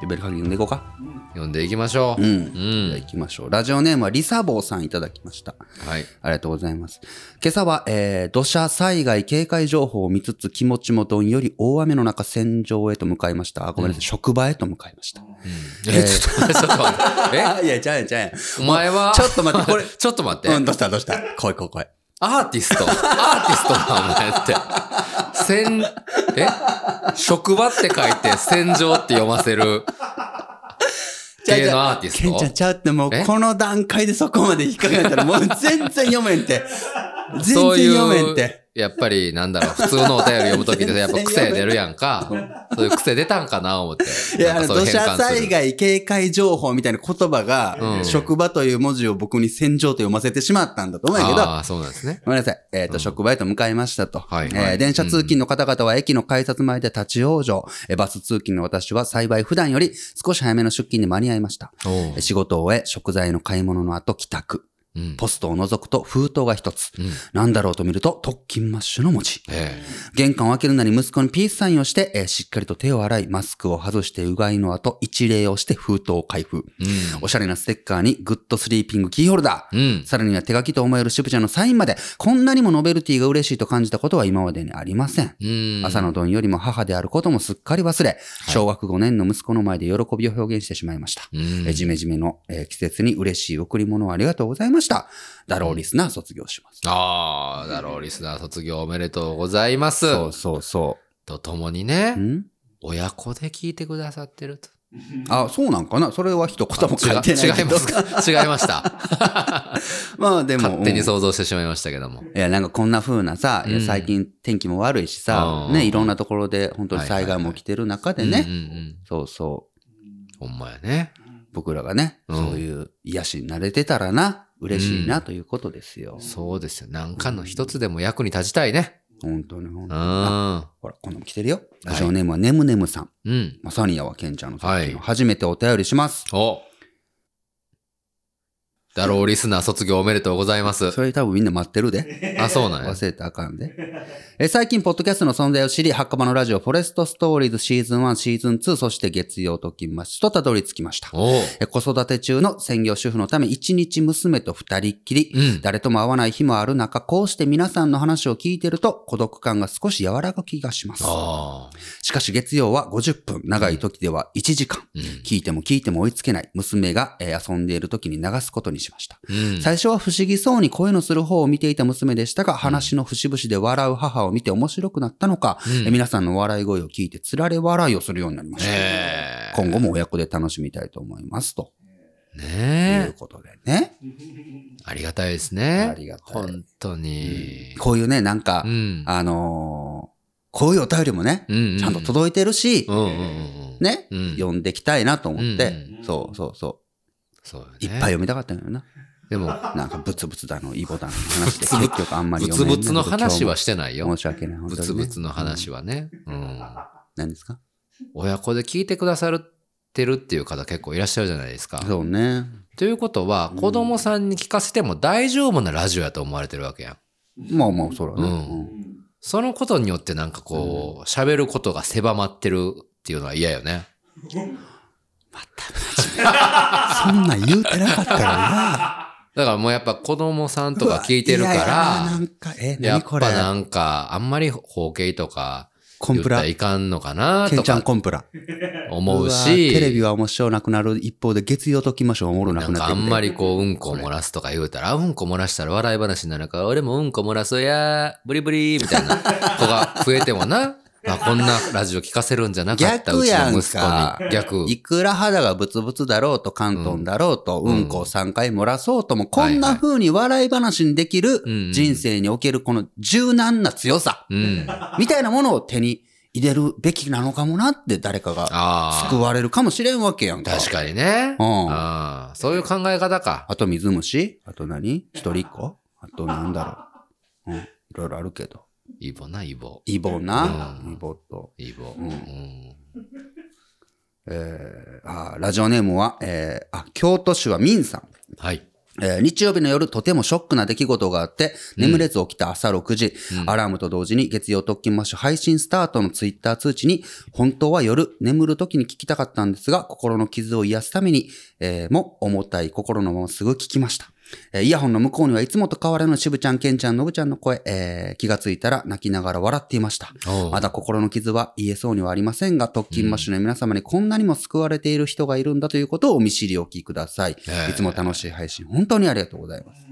Speaker 1: でベルカギ読んでいこうか
Speaker 3: うん
Speaker 2: 読んでいきましょ
Speaker 1: う
Speaker 2: う、
Speaker 1: んじゃあ
Speaker 2: うん
Speaker 1: 行きましょうラジオネームはリサボーさんいただきました
Speaker 2: はい
Speaker 1: ありがとうございます。今朝は、えー、土砂災害警戒情報を見つつ気持ちもどんより大雨の中戦場へと向かいました。あごめんなさい、
Speaker 2: うん
Speaker 1: 職場へと向かいました。
Speaker 2: うん
Speaker 1: え
Speaker 2: え、ちょっと待って、ちょっと待って。え、
Speaker 1: あ、いや、ちゃうやんちゃうやん。
Speaker 2: お前は、
Speaker 1: ちょっと待ってこれ
Speaker 2: ちょっと待って。
Speaker 1: うん、どうしたどうした来い来い来い。
Speaker 2: アーティスト。アーティストだ、お前って。戦、え職場って書いて、戦場って読ませる
Speaker 1: ちゃうちゃう
Speaker 2: 系のアーティ
Speaker 1: ケンちゃん
Speaker 2: スト
Speaker 1: ちゃうってもう
Speaker 2: え
Speaker 1: この段階でそこまで引っかかったらもう全然読めん て。全
Speaker 2: そうい
Speaker 1: 然
Speaker 2: う
Speaker 1: 読めんて。
Speaker 2: やっぱり、なんだろう、普通のお便り読むときって、やっぱ癖出るやんか。そういう癖出たんかな、思って。
Speaker 1: いや、あ
Speaker 2: なん
Speaker 1: の、
Speaker 2: かそう
Speaker 1: 土
Speaker 2: う変
Speaker 1: 砂
Speaker 2: 換する
Speaker 1: 災害警戒情報みたいな言葉が、
Speaker 2: うん
Speaker 1: 職場という文字を僕に戦場と読ませてしまったんだと思うんやけど、
Speaker 2: ああ、そうなんですね。
Speaker 1: ごめんなさい。えっ、と、
Speaker 2: うん
Speaker 1: 職場へと向かいましたと。
Speaker 2: はい
Speaker 1: えー
Speaker 2: はい
Speaker 1: 電車通勤の方々は駅の改札前で立ち往生。えーバス通勤の私は幸い普段より少し早めの出勤に間に合いました。
Speaker 2: おう
Speaker 1: えー仕事を終え、食材の買い物の後帰宅。
Speaker 2: うん。
Speaker 1: ポストを覗くと封筒が一つ。
Speaker 2: うん
Speaker 1: なんだろうと見ると、特勤マッシュの文字。
Speaker 2: え
Speaker 1: 玄関を開けるなり息子にピースサインをして、えーしっかりと手を洗い、マスクを外してうがいの後、一礼をして封筒を開封。
Speaker 2: え。
Speaker 1: おしゃれなステッカーに、グッドスリーピングキーホルダー。
Speaker 2: うん。うん。
Speaker 1: さらには手書きと思える渋ちゃんのサインまで、こんなにもノベルティが嬉しいと感じたことは今までにありません。
Speaker 2: うん。
Speaker 1: 朝のどんよりも母であることもすっかり忘れ、小学5年の息子の前で喜びを表現してしまいました。
Speaker 2: うん。
Speaker 1: えジメジメの、えー季節に嬉しい贈り物をありがとうございました。だろうリスナー卒業します。
Speaker 2: ああ、だろう、リスナー卒業おめでとうございます。
Speaker 1: そうそうそ
Speaker 2: とともにね
Speaker 1: う。、ん
Speaker 2: 親子で聞いてくださってると。
Speaker 1: あ、そうなんかなそれは一言も書いて
Speaker 2: 違
Speaker 1: ない
Speaker 2: 違
Speaker 1: け
Speaker 2: い
Speaker 1: ど
Speaker 2: ま。すか違いました。
Speaker 1: まあでも。
Speaker 2: 勝手に
Speaker 1: うん
Speaker 2: 想像してしまいましたけども。
Speaker 1: いや、なんかこんな風なさ、いや
Speaker 2: うん
Speaker 1: 最近天気も悪いしさ、
Speaker 2: うん
Speaker 1: ね、いろんなところで本当に災害も起きてる中でね、
Speaker 2: うんうんうん。
Speaker 1: そうそう、
Speaker 2: ほんまやね。
Speaker 1: 僕らがね、
Speaker 2: うん
Speaker 1: そういう癒しに慣れてたらな、嬉しいなということですよ。
Speaker 2: そうですよ。なんかの一つでも役に立ちたいね。
Speaker 1: 本当に本
Speaker 2: う
Speaker 1: 当に。
Speaker 2: ん。
Speaker 1: ほら、今度も来てるよ。ラジオネームはネムネムさん。
Speaker 2: うん。
Speaker 1: まさにやわけんちゃんの作品の
Speaker 2: は
Speaker 1: 初めてお便りします。
Speaker 2: おだろう、リスナー卒業おめでとうござい ます。
Speaker 1: それ多分みんな待ってるで。
Speaker 2: あ、そうなんや。
Speaker 1: 忘れたらあかんで。え最近、ポッドキャストの存在を知り、墓場のラジオ、フォレストストーリーズシーズン1、シーズン2、そして月曜ときましとたどり着きました。
Speaker 2: おう。
Speaker 1: え子育て中の専業主婦のため、一日娘と二人っきり、
Speaker 2: うん。
Speaker 1: 誰とも会わない日もある中、こうして皆さんの話を聞いてると、孤独感が少し和らぐ気がします。
Speaker 2: ああ。
Speaker 1: しかし月曜は50分、長い時では1時間。
Speaker 2: うん
Speaker 1: 聞いても聞いても追いつけない娘が、えー遊んでいる時に流すことにしました。
Speaker 2: うん。
Speaker 1: 最初は不思議そうに声のする方を見ていた娘でしたが、話の節々で笑う母を見て面白くなったのか、
Speaker 2: うん
Speaker 1: えー皆さんの笑い声を聞いてつられ笑いをするようになりました。
Speaker 2: ええ。
Speaker 1: 今後も親子で楽しみたいと思います。とい
Speaker 2: ねえ
Speaker 1: う。ことでね。
Speaker 2: ありがたいですね。
Speaker 1: ありがたい
Speaker 2: 本当に。
Speaker 1: こういうね、なんか
Speaker 2: う、ん。
Speaker 1: あのーこういうお便りもね、
Speaker 2: うんう
Speaker 1: ちゃんと届いてるし、
Speaker 2: うんうんうんうん。
Speaker 1: ね、
Speaker 2: うん。
Speaker 1: 読んでいきたいなと思って、
Speaker 2: うん
Speaker 3: うん
Speaker 1: そうそうそ
Speaker 2: そうよね。
Speaker 1: う、いっぱい読みたかったのよな。
Speaker 2: でも、
Speaker 1: なんかブツブツだの、イボだの話で結局あんまり
Speaker 2: ブ
Speaker 1: 読め
Speaker 2: ツ
Speaker 1: ない。
Speaker 2: ブツの話はしてないよ
Speaker 1: 申。し訳ない。本当
Speaker 2: ブ
Speaker 1: にね
Speaker 2: ツブツの話。はね。うん。
Speaker 1: 何ですか
Speaker 2: 親子で聞いてくださってるっていう方結構いらっしゃるじゃないですか。
Speaker 1: そうね。
Speaker 2: ということは、子供さんに聞かせても大丈夫なラジオやと思われてるわけやん。
Speaker 1: まあまあ、そらね。
Speaker 2: うん
Speaker 1: うん
Speaker 2: そのことによってなんかこう、喋ることが狭まってるっていうのは嫌よね。
Speaker 1: そんなん言うてなかったら
Speaker 2: だからもうやっぱ子供さん
Speaker 1: な。
Speaker 2: とか聞いてるから、
Speaker 1: うわいやいやなんか、え、
Speaker 2: や
Speaker 1: 何
Speaker 2: っぱ
Speaker 1: これ
Speaker 2: なんか、あんまり包茎とか
Speaker 1: コ
Speaker 2: 言
Speaker 1: ン
Speaker 2: っ
Speaker 1: プ
Speaker 2: た
Speaker 1: ラ
Speaker 2: ら。いかんのかな
Speaker 1: ケン
Speaker 2: と
Speaker 1: ちゃん
Speaker 2: か
Speaker 1: コンプラ。
Speaker 2: 思う
Speaker 1: わ
Speaker 2: し、
Speaker 1: テレビは面白なくなる一方で、月曜ときましょう、おもろな
Speaker 2: な
Speaker 1: く
Speaker 2: ん
Speaker 1: なっ
Speaker 2: か
Speaker 1: て
Speaker 2: あ
Speaker 1: くる
Speaker 2: んまりこう、うんこ漏らすとか言うたら、あうんこ漏らしたら笑い話になるから、俺もうんこ漏らすやー、ブリブリみた いな子が増えてもな、あ、こんなラジオ聞かせるんじゃなかった、
Speaker 1: 逆
Speaker 2: うち
Speaker 1: や
Speaker 2: の
Speaker 1: んか
Speaker 2: 息子に。逆。
Speaker 1: いくら肌がブツブツだろうと、関東だろうと、
Speaker 2: う
Speaker 1: うんんこを3回漏らそうとも、こ
Speaker 2: はいはい
Speaker 1: んな風に笑い話にできる
Speaker 2: うんうん
Speaker 1: 人生におけるこの柔軟な強さ、
Speaker 2: うん。
Speaker 1: みたいなものを手に入れるべきなのかもなって誰かが
Speaker 2: あ
Speaker 1: 救
Speaker 2: あ。
Speaker 1: われるかもしれんわけやんか。
Speaker 2: 確かにね。
Speaker 1: うん
Speaker 2: ああそういう考え方か。
Speaker 1: あと水虫あと何一人っ子あとなんだろううん。いろいろあるけど。
Speaker 2: イボな、イボ。
Speaker 1: イボな。
Speaker 2: うん
Speaker 1: イボと。
Speaker 2: イボ。
Speaker 1: ん
Speaker 2: うん
Speaker 1: えー、あーラジオネームは、えー、あ、京都市はミンさん。
Speaker 2: はい。
Speaker 1: えー日曜日の夜、とてもショックな出来事があって、
Speaker 2: うん
Speaker 1: 眠れず起きた朝6時、
Speaker 2: うん
Speaker 1: アラームと同時に月曜特勤マッシュ配信スタートのツイッター通知に、本当は夜、眠る時に聞きたかったんですが、心の傷を癒すために、えーも重たい心のまますぐ聞きました。えーイヤホンの向こうにはいつもと変わらぬしぶちゃん、けんちゃん、のぶちゃんの声、えー気がついたら泣きながら笑っていました。
Speaker 2: おう
Speaker 1: まだ心の傷は癒えそうにはありませんが、特勤マッシュの皆様にこんなにも救われている人がいるんだということをお見知りおきください。
Speaker 2: ええ
Speaker 1: いつも楽しい配信、本当にありがとうございます。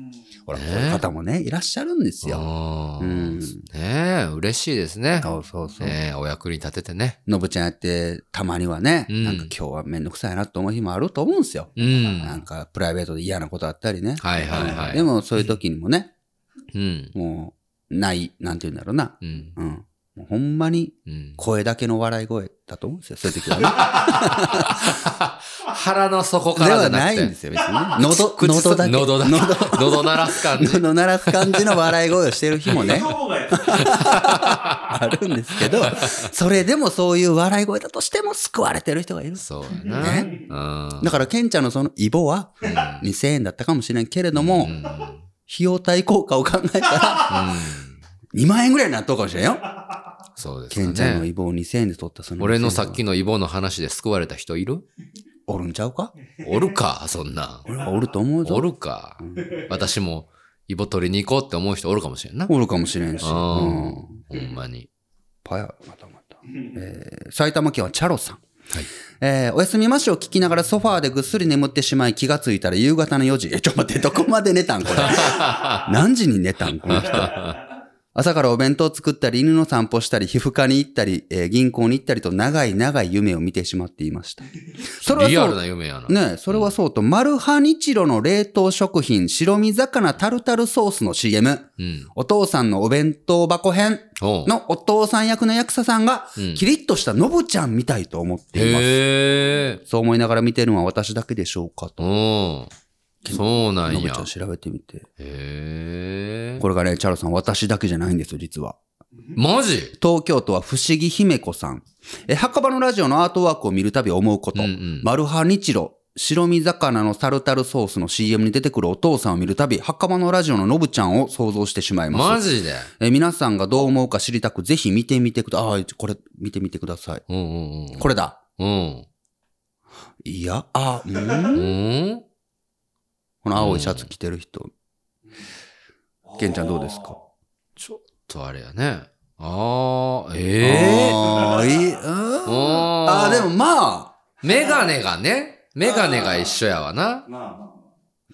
Speaker 1: ほら、こ
Speaker 2: ね
Speaker 1: ういう方もね、いらっしゃるんですよ。
Speaker 2: あー
Speaker 1: うん
Speaker 2: ねえ、嬉しいですね。
Speaker 1: そうそうそう。
Speaker 2: ねえ、お役に立ててね。
Speaker 1: のぶちゃんやって、たまにはね、
Speaker 2: うん
Speaker 1: なんか今日はめんどくさいなと思う日もあると思うんですよ。
Speaker 2: うん。
Speaker 1: なんかプライベートで嫌なことあったりね。
Speaker 2: はいはいはい。
Speaker 1: で、もそういう時にもね、
Speaker 2: うん。
Speaker 1: もう、ない、なんて言うんだろうな。
Speaker 2: うん。
Speaker 1: うん。もうほんまに
Speaker 2: うん、
Speaker 1: 声だけの笑い声だと思うんですよ、そういう時はね。
Speaker 2: 腹の底か
Speaker 1: で
Speaker 2: らじ
Speaker 1: は
Speaker 2: ゃな
Speaker 1: な
Speaker 2: く
Speaker 1: い
Speaker 2: て。
Speaker 1: んですよ、別にね。喉、
Speaker 2: 口
Speaker 1: 喉だけ。
Speaker 2: 喉だ。
Speaker 1: 喉、
Speaker 2: 喉鳴らす感じ。
Speaker 1: 喉鳴らす感じの笑い声をしてる日もね
Speaker 3: そ、の方がやっ
Speaker 1: あるんですけど、それでもそういう笑い声だとしても救われてる人がいる。
Speaker 2: そうやな。
Speaker 1: ね
Speaker 2: うん。
Speaker 1: だから、ケンちゃんのそのイボは
Speaker 2: うん
Speaker 1: 2000円だったかもしれんけれど
Speaker 2: う
Speaker 1: も、
Speaker 2: ん。
Speaker 1: 費用対効果を考えた ら
Speaker 2: うん
Speaker 1: 2万円ぐらいになっとうかもしれんよ。
Speaker 2: そうです
Speaker 1: ケ
Speaker 2: よ
Speaker 1: ンちゃんの
Speaker 2: ね。
Speaker 1: イボを2000円で取ったその。
Speaker 2: 俺のさっき。のイボの話で救われた人いる
Speaker 1: おるんちゃうか
Speaker 2: おるか、そんなん。
Speaker 1: 俺はおると思うぞ。
Speaker 2: おるか。私もイボ取りに行こうって思う人おるかもしれんな。
Speaker 1: おるかもしれんし。う
Speaker 2: あー
Speaker 1: ん。
Speaker 2: ほんまに。
Speaker 1: パヤ、またまた。
Speaker 3: うん
Speaker 1: えー埼玉県はチャロさん。
Speaker 2: はい
Speaker 1: えーおやすみましを聞きながらソファーでぐっすり眠ってしまい気がついたら夕方の4時。え、ちょっと待って、どこまで寝た んこれ。何時に寝たんこの人。朝からお弁当作ったり、犬の散歩したり、皮膚科に行ったり、えー銀行に行ったりと長い長い夢を見てしまっていました。それは
Speaker 2: リアル
Speaker 1: そう
Speaker 2: な夢やな。
Speaker 1: ねえそれはそうと、マルハニチロの冷凍食品、白身魚タルタルソースの CM、
Speaker 2: うん。
Speaker 1: お父さんのお弁当箱編
Speaker 2: おう
Speaker 1: のお父さん役の役者さんが、
Speaker 2: うん
Speaker 1: キリッとしたノブちゃんみたいと思っています。
Speaker 2: へえ。
Speaker 1: そう思いながら見てるのは私だけでしょうかと。
Speaker 2: おうん。そうな
Speaker 1: ノ
Speaker 2: ん
Speaker 1: ブ
Speaker 2: や
Speaker 1: ちゃん。調べてみて。
Speaker 2: へえ
Speaker 1: こ。れがね、チャロさん、私だけじゃないんですよ、実は。
Speaker 2: マジ
Speaker 1: 東京都は不思議姫子さん。え、墓場のラジオのアートワークを見るたび思うこと。
Speaker 2: うんうん
Speaker 1: マルハニチロ。白身魚のタルタルソースの CM に出てくるお父さんを見るたび、墓場のラジオのノブちゃんを想像してしまいます。
Speaker 2: マジで
Speaker 1: え皆さんがどう思うか知りたく、ぜひ見てみてください。あーこれ、見てみてください。
Speaker 2: うんうんうん。
Speaker 1: これだ。
Speaker 2: うん。
Speaker 1: いや、あ、う
Speaker 2: うんん
Speaker 1: この青いシャツ着てる人。ケンちゃんどうですか
Speaker 2: ちょっとあれやね。ああ、ええ。
Speaker 1: あーいい、うん
Speaker 2: おー
Speaker 1: あーでもまあ、
Speaker 2: メガネがね。メガネが一緒やわな。
Speaker 3: まあまあまあ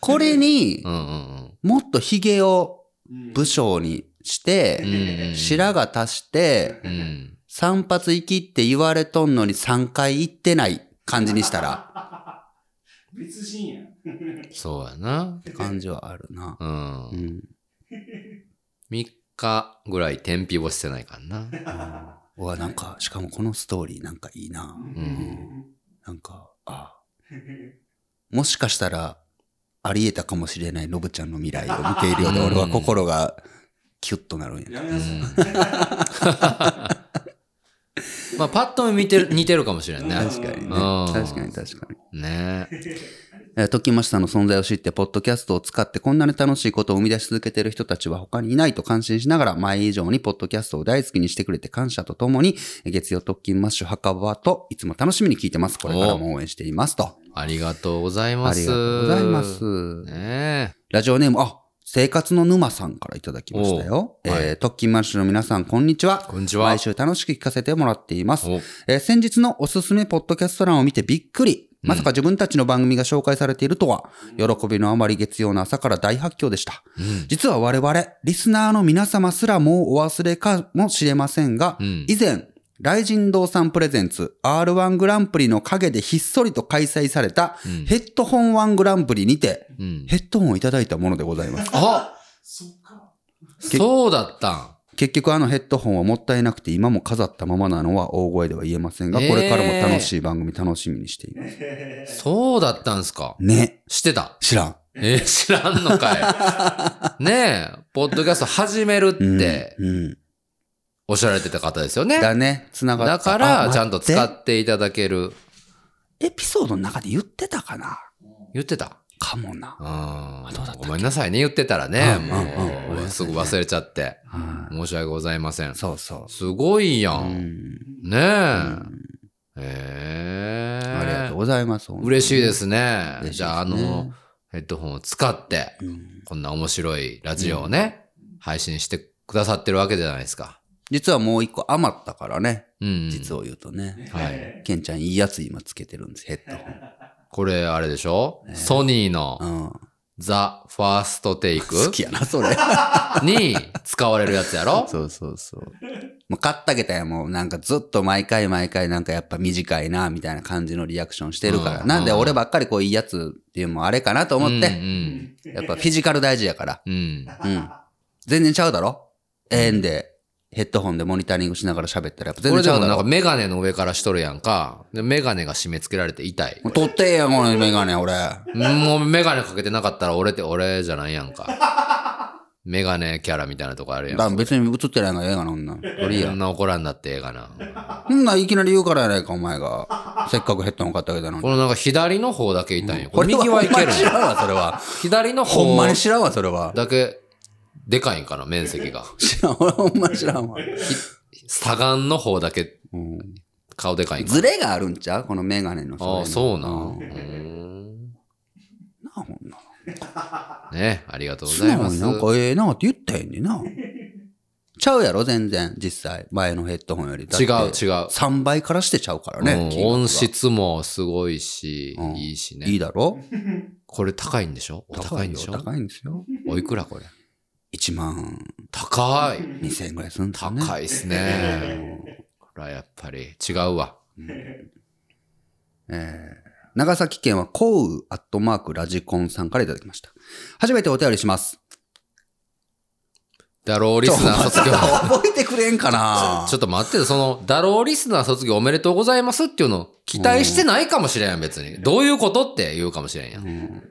Speaker 1: これに
Speaker 2: う、んうん
Speaker 1: もっと髭を
Speaker 3: うん
Speaker 1: 武将にし
Speaker 2: うん。う
Speaker 1: て、
Speaker 2: んうん
Speaker 1: 白髪足して、
Speaker 2: うん。
Speaker 1: 散髪行きって言われとんのに3回行ってない感じにしたら、
Speaker 3: 別人やん。
Speaker 2: そうやな。
Speaker 1: 感じはあるな。
Speaker 2: うん
Speaker 1: う。ん。
Speaker 2: 3日ぐらい天日干してないからな。
Speaker 1: あーうわ、なんか、しかもこのストーリーなんかいいな。
Speaker 2: ん
Speaker 1: なんか、あーもしかしたら、ありえたかもしれないノブちゃんの未来を見ているようで、
Speaker 2: うん
Speaker 1: 俺は心がキュッとなるんや。
Speaker 3: やめ
Speaker 2: う
Speaker 3: なさい。
Speaker 2: んまあ、パッと見似てる、似てるかもしれんね。
Speaker 1: 確かにね。
Speaker 2: うん
Speaker 1: 確かに確かに。
Speaker 2: ね
Speaker 1: えー、時しさんの存在を知って、ポッドキャストを使ってこんなに楽しいことを生み出し続けている人たちは他にいないと感心しながら、前以上にポッドキャストを大好きにしてくれて感謝とともに、えー月曜特勤マッシュ墓場といつも楽しみに聞いてます。これからも応援していますと。
Speaker 2: ありがとうござい
Speaker 1: あ
Speaker 2: ます。
Speaker 1: りがとうございます。。
Speaker 2: ね
Speaker 1: ラジオネーム、あ、生活の沼さんからいただきましたよ。
Speaker 2: おうはい
Speaker 1: えー特勤マッシュの皆さん、こんにちは。
Speaker 2: こんにちは
Speaker 1: 毎週楽しく聞かせてもらっています。
Speaker 2: お
Speaker 1: えー先日のおすすめポッドキャスト欄を見てびっくり。まさか自分たちの番組が紹介されているとは、喜びのあまり月曜の朝から大発狂でした。
Speaker 2: うん。
Speaker 1: 実は我々、リスナーの皆様すらもうお忘れかもしれませんが、
Speaker 2: うん
Speaker 1: 以前、雷神堂さんプレゼンツ R1 グランプリの陰でひっそりと開催された
Speaker 2: うん
Speaker 1: ヘッドホン1グランプリにて、
Speaker 2: うん。
Speaker 1: ヘッドホンをいただいたものでございます。
Speaker 2: あ
Speaker 3: そっか。
Speaker 2: そうだったん。
Speaker 1: 結局あのヘッドホンはもったいなくて今も飾ったままなのは大声では言えませんが、
Speaker 2: えー
Speaker 1: これからも楽しい番組楽しみにしています。
Speaker 2: そうだったんすか。
Speaker 1: ね。
Speaker 2: 知ってた。
Speaker 1: 知らん。
Speaker 2: えー知らんのか い。ねえ、ポッドキャスト始める
Speaker 1: うん
Speaker 2: って
Speaker 1: うん。
Speaker 2: おっしゃられてた方ですよね。
Speaker 1: だね。繋がった。
Speaker 2: だから、
Speaker 1: あ
Speaker 2: ちゃんと
Speaker 1: 待
Speaker 2: 使
Speaker 1: て
Speaker 2: っていただける。
Speaker 1: エピソードの中で言ってたかな
Speaker 2: 言ってた。
Speaker 1: かもな。
Speaker 2: あ
Speaker 1: どうだったっけ
Speaker 2: ごめんなさいね、言ってたらね。
Speaker 1: うんうんうんごめん
Speaker 2: もう、
Speaker 1: な
Speaker 2: す
Speaker 1: さい
Speaker 2: ぐ
Speaker 1: ね
Speaker 2: 忘れちゃって。
Speaker 1: は
Speaker 2: 申し訳ございません
Speaker 1: い。。そうそう。
Speaker 2: すごいや。
Speaker 1: うんん
Speaker 2: ねえ。
Speaker 1: うん
Speaker 2: ええ
Speaker 1: ありがとうございます。。
Speaker 2: 嬉しいですすね。
Speaker 1: 嬉しいですね
Speaker 2: じゃあ、あの、ヘッドホンを使って、
Speaker 1: うん
Speaker 2: こんな面白いラジオをね、配信してくださってるわけじゃないですか。
Speaker 1: 実はもう一個余ったからね。
Speaker 2: うん。
Speaker 1: 実を言うとね。
Speaker 2: はい
Speaker 1: ケンちゃんいいやつ今つけてるんです、ヘッド
Speaker 2: これ、あれでしょソニーの
Speaker 1: ホン。うん。
Speaker 2: ザ・ファーストテイ ク
Speaker 1: 好きやな、そ れ。
Speaker 2: に使われるやつやろ
Speaker 1: そうそうそう。もう買ったけたやんもうなんかずっと毎回毎回なんかやっぱ短いな、みたいな感じのリアクションしてるから。
Speaker 2: うん
Speaker 1: なんで俺ばっかりこういいやつっていうのもあれかなと思って。
Speaker 2: うん
Speaker 1: やっぱフィジカル大事やから。
Speaker 2: うん。うん。
Speaker 1: うん。全然ちゃうだろええんで、ヘッドホンでモニタリングしながら喋ったらやっぱ全
Speaker 2: これ
Speaker 1: 然ちゃ
Speaker 2: でも
Speaker 1: うだ
Speaker 2: なん
Speaker 1: ろ
Speaker 2: かメガネの上からしとるやんか。で、メガネが締め付けられて痛い。
Speaker 1: もう取ってえやん、このメガネ、俺。
Speaker 2: もうメガネかけてなかったら俺って俺じゃないやんか。 メガネキャラみたいなとこあるや
Speaker 1: だ
Speaker 2: ん。
Speaker 1: から別に映ってないからええがな、女。
Speaker 2: そ
Speaker 1: 取りいいや
Speaker 2: ん。な怒らんなってええかな。
Speaker 1: そんなんいきなり言うからやないか、お前 が。せっかくヘッドホン買ってあげたのに
Speaker 2: こ。のなんか左の方だけ痛いんよ。これ右はいけるん
Speaker 1: 知
Speaker 2: よ
Speaker 1: らんわ、それは。
Speaker 2: 左の
Speaker 1: ほん
Speaker 2: 方
Speaker 1: まに知らんわ、それは。
Speaker 2: だけでかいんかな、面 積が。
Speaker 1: 知らん、俺ほんまに知らんわ。
Speaker 2: 左眼の方だけ
Speaker 1: うん
Speaker 2: 顔でかいんかな。
Speaker 1: ズレがあるんちゃうこのメガネの。
Speaker 2: ああ、そうな。うん
Speaker 1: な
Speaker 2: ん
Speaker 1: あ、ほんな。
Speaker 2: ね、ありがとうご
Speaker 1: 素
Speaker 2: ざい
Speaker 1: 直
Speaker 2: ます
Speaker 1: に。なんかええなって言ったやんに な。ちゃうやろ、全然、実際。前のヘッドホンより。
Speaker 2: 違う違う。
Speaker 1: 3倍からしてちゃうからね。
Speaker 2: う
Speaker 1: 金
Speaker 2: ん
Speaker 1: 額が
Speaker 2: 音質もすごいし、
Speaker 1: うん
Speaker 2: いいしね
Speaker 1: いいだろ
Speaker 2: これ高いんでしょお高いんでしょ
Speaker 1: よ高いんですよ。
Speaker 2: おいくらこれ
Speaker 1: 1万
Speaker 2: 高い
Speaker 1: 2000円ぐらいするんだね。
Speaker 2: 高いっすね。これはやっぱり違うわ。
Speaker 1: えー長崎県は幸雨アットマークラジコンさんからいただきました。初めてお便りします。
Speaker 2: ダローリスナー卒業。
Speaker 1: 覚えてくれんかな
Speaker 2: ちょっと待ってよ、その、ダローリスナー卒業おめでとうございますっていうの、期待してないかもしれんやん、別に。どういうことって言うかもしれんやん。
Speaker 1: うん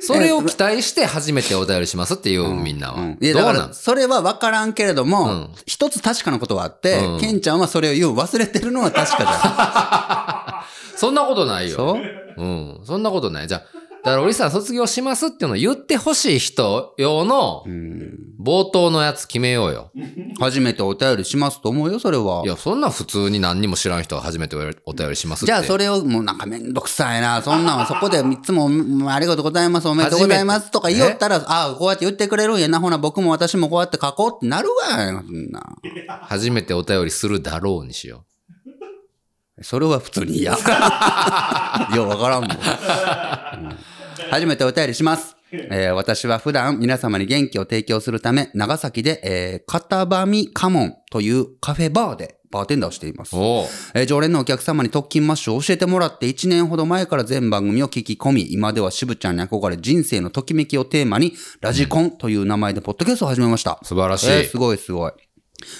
Speaker 2: それを期待して初めてお便りしますっていう、
Speaker 1: う
Speaker 2: みんなは。
Speaker 1: う
Speaker 2: ど
Speaker 1: いうや、だか
Speaker 2: なん
Speaker 1: ら、それは分からんけれども、
Speaker 2: うん
Speaker 1: 一つ確かなことはあって、
Speaker 2: うん
Speaker 1: ケンちゃんはそれを言う忘れてるのは確かじ ゃ
Speaker 2: そんなことない
Speaker 1: ん。
Speaker 2: よ。
Speaker 1: そう
Speaker 2: うん。そんなことない。じゃあ、だから、おリさん卒業しますっていうのを言ってほしい人用の
Speaker 1: うん
Speaker 2: 冒頭のやつ決めようよ。
Speaker 1: 初めてお便りしますと思うよ、それは。
Speaker 2: いや、そんな普通に何にも知らん人が初めてお便りしますって。
Speaker 1: じゃあそ
Speaker 2: れ、
Speaker 1: れをもうなんかめんどくさいな。そんなんはそこでいつもうんありがとうございます、おめでとうございますとか言おったら、ああ、こうやって言ってくれるんやな。ほな僕も私もこうやって書こうってなるわよ、そんな。
Speaker 2: 初めてお便りするだろうにしよ
Speaker 1: それは普通に 嫌。ようわからんもん、 うん初めてお便りします。えー私は普段皆様に元気を提供するため、長崎で、えー、片ばみカモンというカフェバーでバーテンダーをしています
Speaker 2: う。。おう
Speaker 1: えー常連のお客様に特勤マッシュを教えてもらって1年ほど前から全番組を聞き込み、今では渋ちゃんに憧れ人生のときめきをテーマに、ラジコンという名前でポッドキャストを始めました。
Speaker 2: 素晴らしい。
Speaker 1: えーすごいすごい。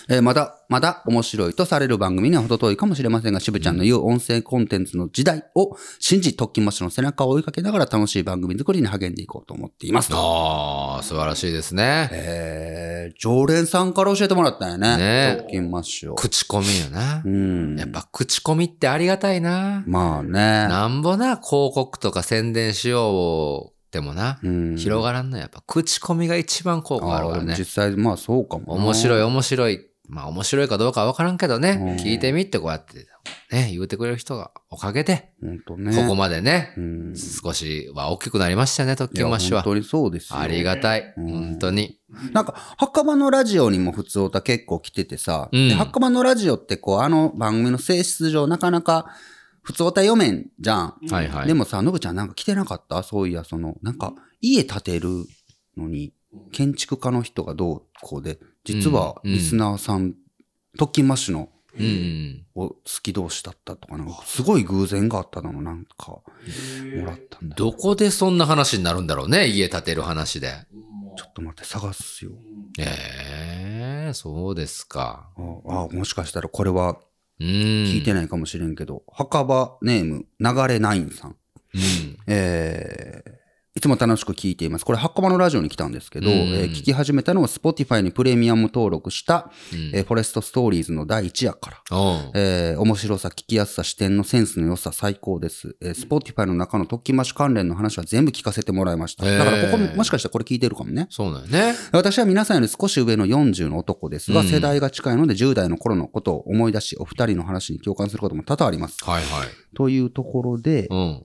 Speaker 1: えーまだ、まだ面白いとされる番組には程遠いかもしれませんが、渋ちゃんの言う音声コンテンツの時代を信じ、特勤マッシュの背中を追いかけながら楽しい番組作りに励んでいこうと思っています。
Speaker 2: ああ、素晴らしいですね。
Speaker 1: えー常連さんから教えてもらったんやね。
Speaker 2: ねえ
Speaker 1: 特勤マッシュを。
Speaker 2: 口コミよな
Speaker 1: う。ん
Speaker 2: や。っぱ口コミってありがたいな。
Speaker 1: まあね。
Speaker 2: なんぼな、広告とか宣伝しようでもな。
Speaker 1: うん
Speaker 2: 広がらんのやっぱ口コミが一番効果あるか
Speaker 1: あー
Speaker 2: ら
Speaker 1: でも
Speaker 2: ね
Speaker 1: 実。際、まあそうかもな。
Speaker 2: 面白い
Speaker 1: い。
Speaker 2: 面白い。まあ面白いかどうかは分からんけどね。
Speaker 1: うん
Speaker 2: 聞いてみってこうやってね、言うてくれる人がおかげで、
Speaker 1: 本当
Speaker 2: こ
Speaker 1: ね。
Speaker 2: こまでね
Speaker 1: う、ん。
Speaker 2: 少しは大きくなりましたね、特
Speaker 1: いや
Speaker 2: 急マッシュ
Speaker 1: 本
Speaker 2: は。
Speaker 1: 当にそうですよ。
Speaker 2: ありがたい。
Speaker 1: うん
Speaker 2: 本当に。
Speaker 1: なんか、墓場のラジオにも普通歌結構来ててさ、
Speaker 2: うん
Speaker 1: で墓場のラジオってこう、あの番組の性質上なかなか普通歌読めんじゃん。
Speaker 2: はいはい。
Speaker 1: でもさ、のぶちゃんなんか来てなかったそういや、その、なんか、家建てるのに、建築家の人がどうこうで、実は
Speaker 2: うん
Speaker 1: リスナーさん、特勤マッシュの
Speaker 2: うんうん。
Speaker 1: を好き同士だったとか、なんかすごい偶然があったのもなんか、もらったんだよ
Speaker 2: どこでそんな話になるんだろうね、家建てる話で。
Speaker 1: ちょっと待って、探すよ。
Speaker 2: ええそうですか。
Speaker 1: ああ、もしかしたらこれは
Speaker 2: うん。
Speaker 1: 聞
Speaker 2: 聞
Speaker 1: いてないかもしれんけど、墓場ネーム、流れナインさん。
Speaker 2: うん。
Speaker 1: えーいつも楽しく聞いています。これ、ハッカマのラジオに来たんですけど、
Speaker 2: うん
Speaker 1: えー聞き始めたのは Spotify にプレミアム登録した、
Speaker 2: うん
Speaker 1: えーフォレストストーリーズの第1夜から。
Speaker 2: うん
Speaker 1: えー面白さ、聞きやすさ、視点のセンスの良さ、最高です。えー、Spotify の中の特訓マッシュ関連の話は全部聞かせてもらいました。
Speaker 2: へー
Speaker 1: だからここも、もしかしたらこれ聞いてるかもね。
Speaker 2: そうなんよね。
Speaker 1: 私は皆さんより少し上の40の男ですが、
Speaker 2: うん
Speaker 1: 世代が近いので10代の頃のことを思い出し、お二人の話に共感することも多々あります。
Speaker 2: はいはい。
Speaker 1: というところで、
Speaker 2: うん。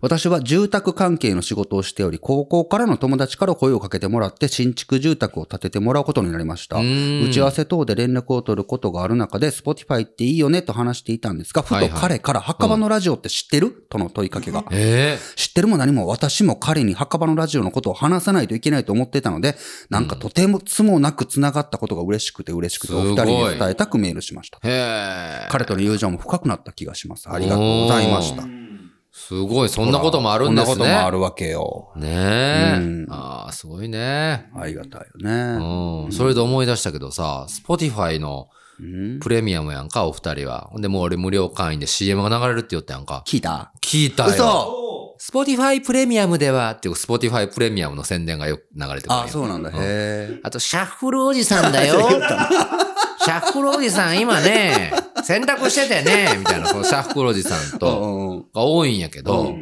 Speaker 1: 私は住宅関係の仕事をしており、高校からの友達から声をかけてもらって、新築住宅を建ててもらうことになりました。打
Speaker 2: 打
Speaker 1: ち合わせ等で連絡を取ることがある中で、Spotify っていいよねと話していたんですが、ふと彼から、墓場のラジオって知ってる、との問いかけが。
Speaker 2: え
Speaker 1: 知ってるも何も私も彼に墓場のラジオのことを話さないといけないと思ってたので、なんかとてもつもなく繋がったことが嬉しくて嬉しくて、お二人
Speaker 2: すごい
Speaker 1: に伝えたくメールしました。
Speaker 2: ー、へえ。
Speaker 1: 彼との友情も深くなった気がします。ありがとうございまし
Speaker 3: う
Speaker 1: た。
Speaker 3: ん
Speaker 2: すごい、そんなこともあるんですね。
Speaker 1: そんなこともあるわけよ。
Speaker 2: ねえ。
Speaker 1: うん
Speaker 2: ああ、すごいね。
Speaker 1: ありがたいよ
Speaker 2: う
Speaker 1: ね。
Speaker 2: ん。それで思い出したけどさ、Spotify の
Speaker 1: うん
Speaker 2: プレミアムやんか、お二人は。ほんで、もう俺無料会員で CM が流れるって言ったやんか。
Speaker 1: 聞いた
Speaker 2: 聞いたよ。
Speaker 1: 嘘
Speaker 3: おう
Speaker 2: Spotify プレミアムではっていう Spotify プレミアムの宣伝がよく流れてくるんよ
Speaker 1: あ、そうなんだ。へえ。
Speaker 2: あと、シャッフルおじさんだ よ。シャッフルおじさん、今ね、洗濯しててね、みたいな、このシャッフルおじさんと、
Speaker 1: うんうん
Speaker 2: が多いんやけ
Speaker 1: う
Speaker 2: ど、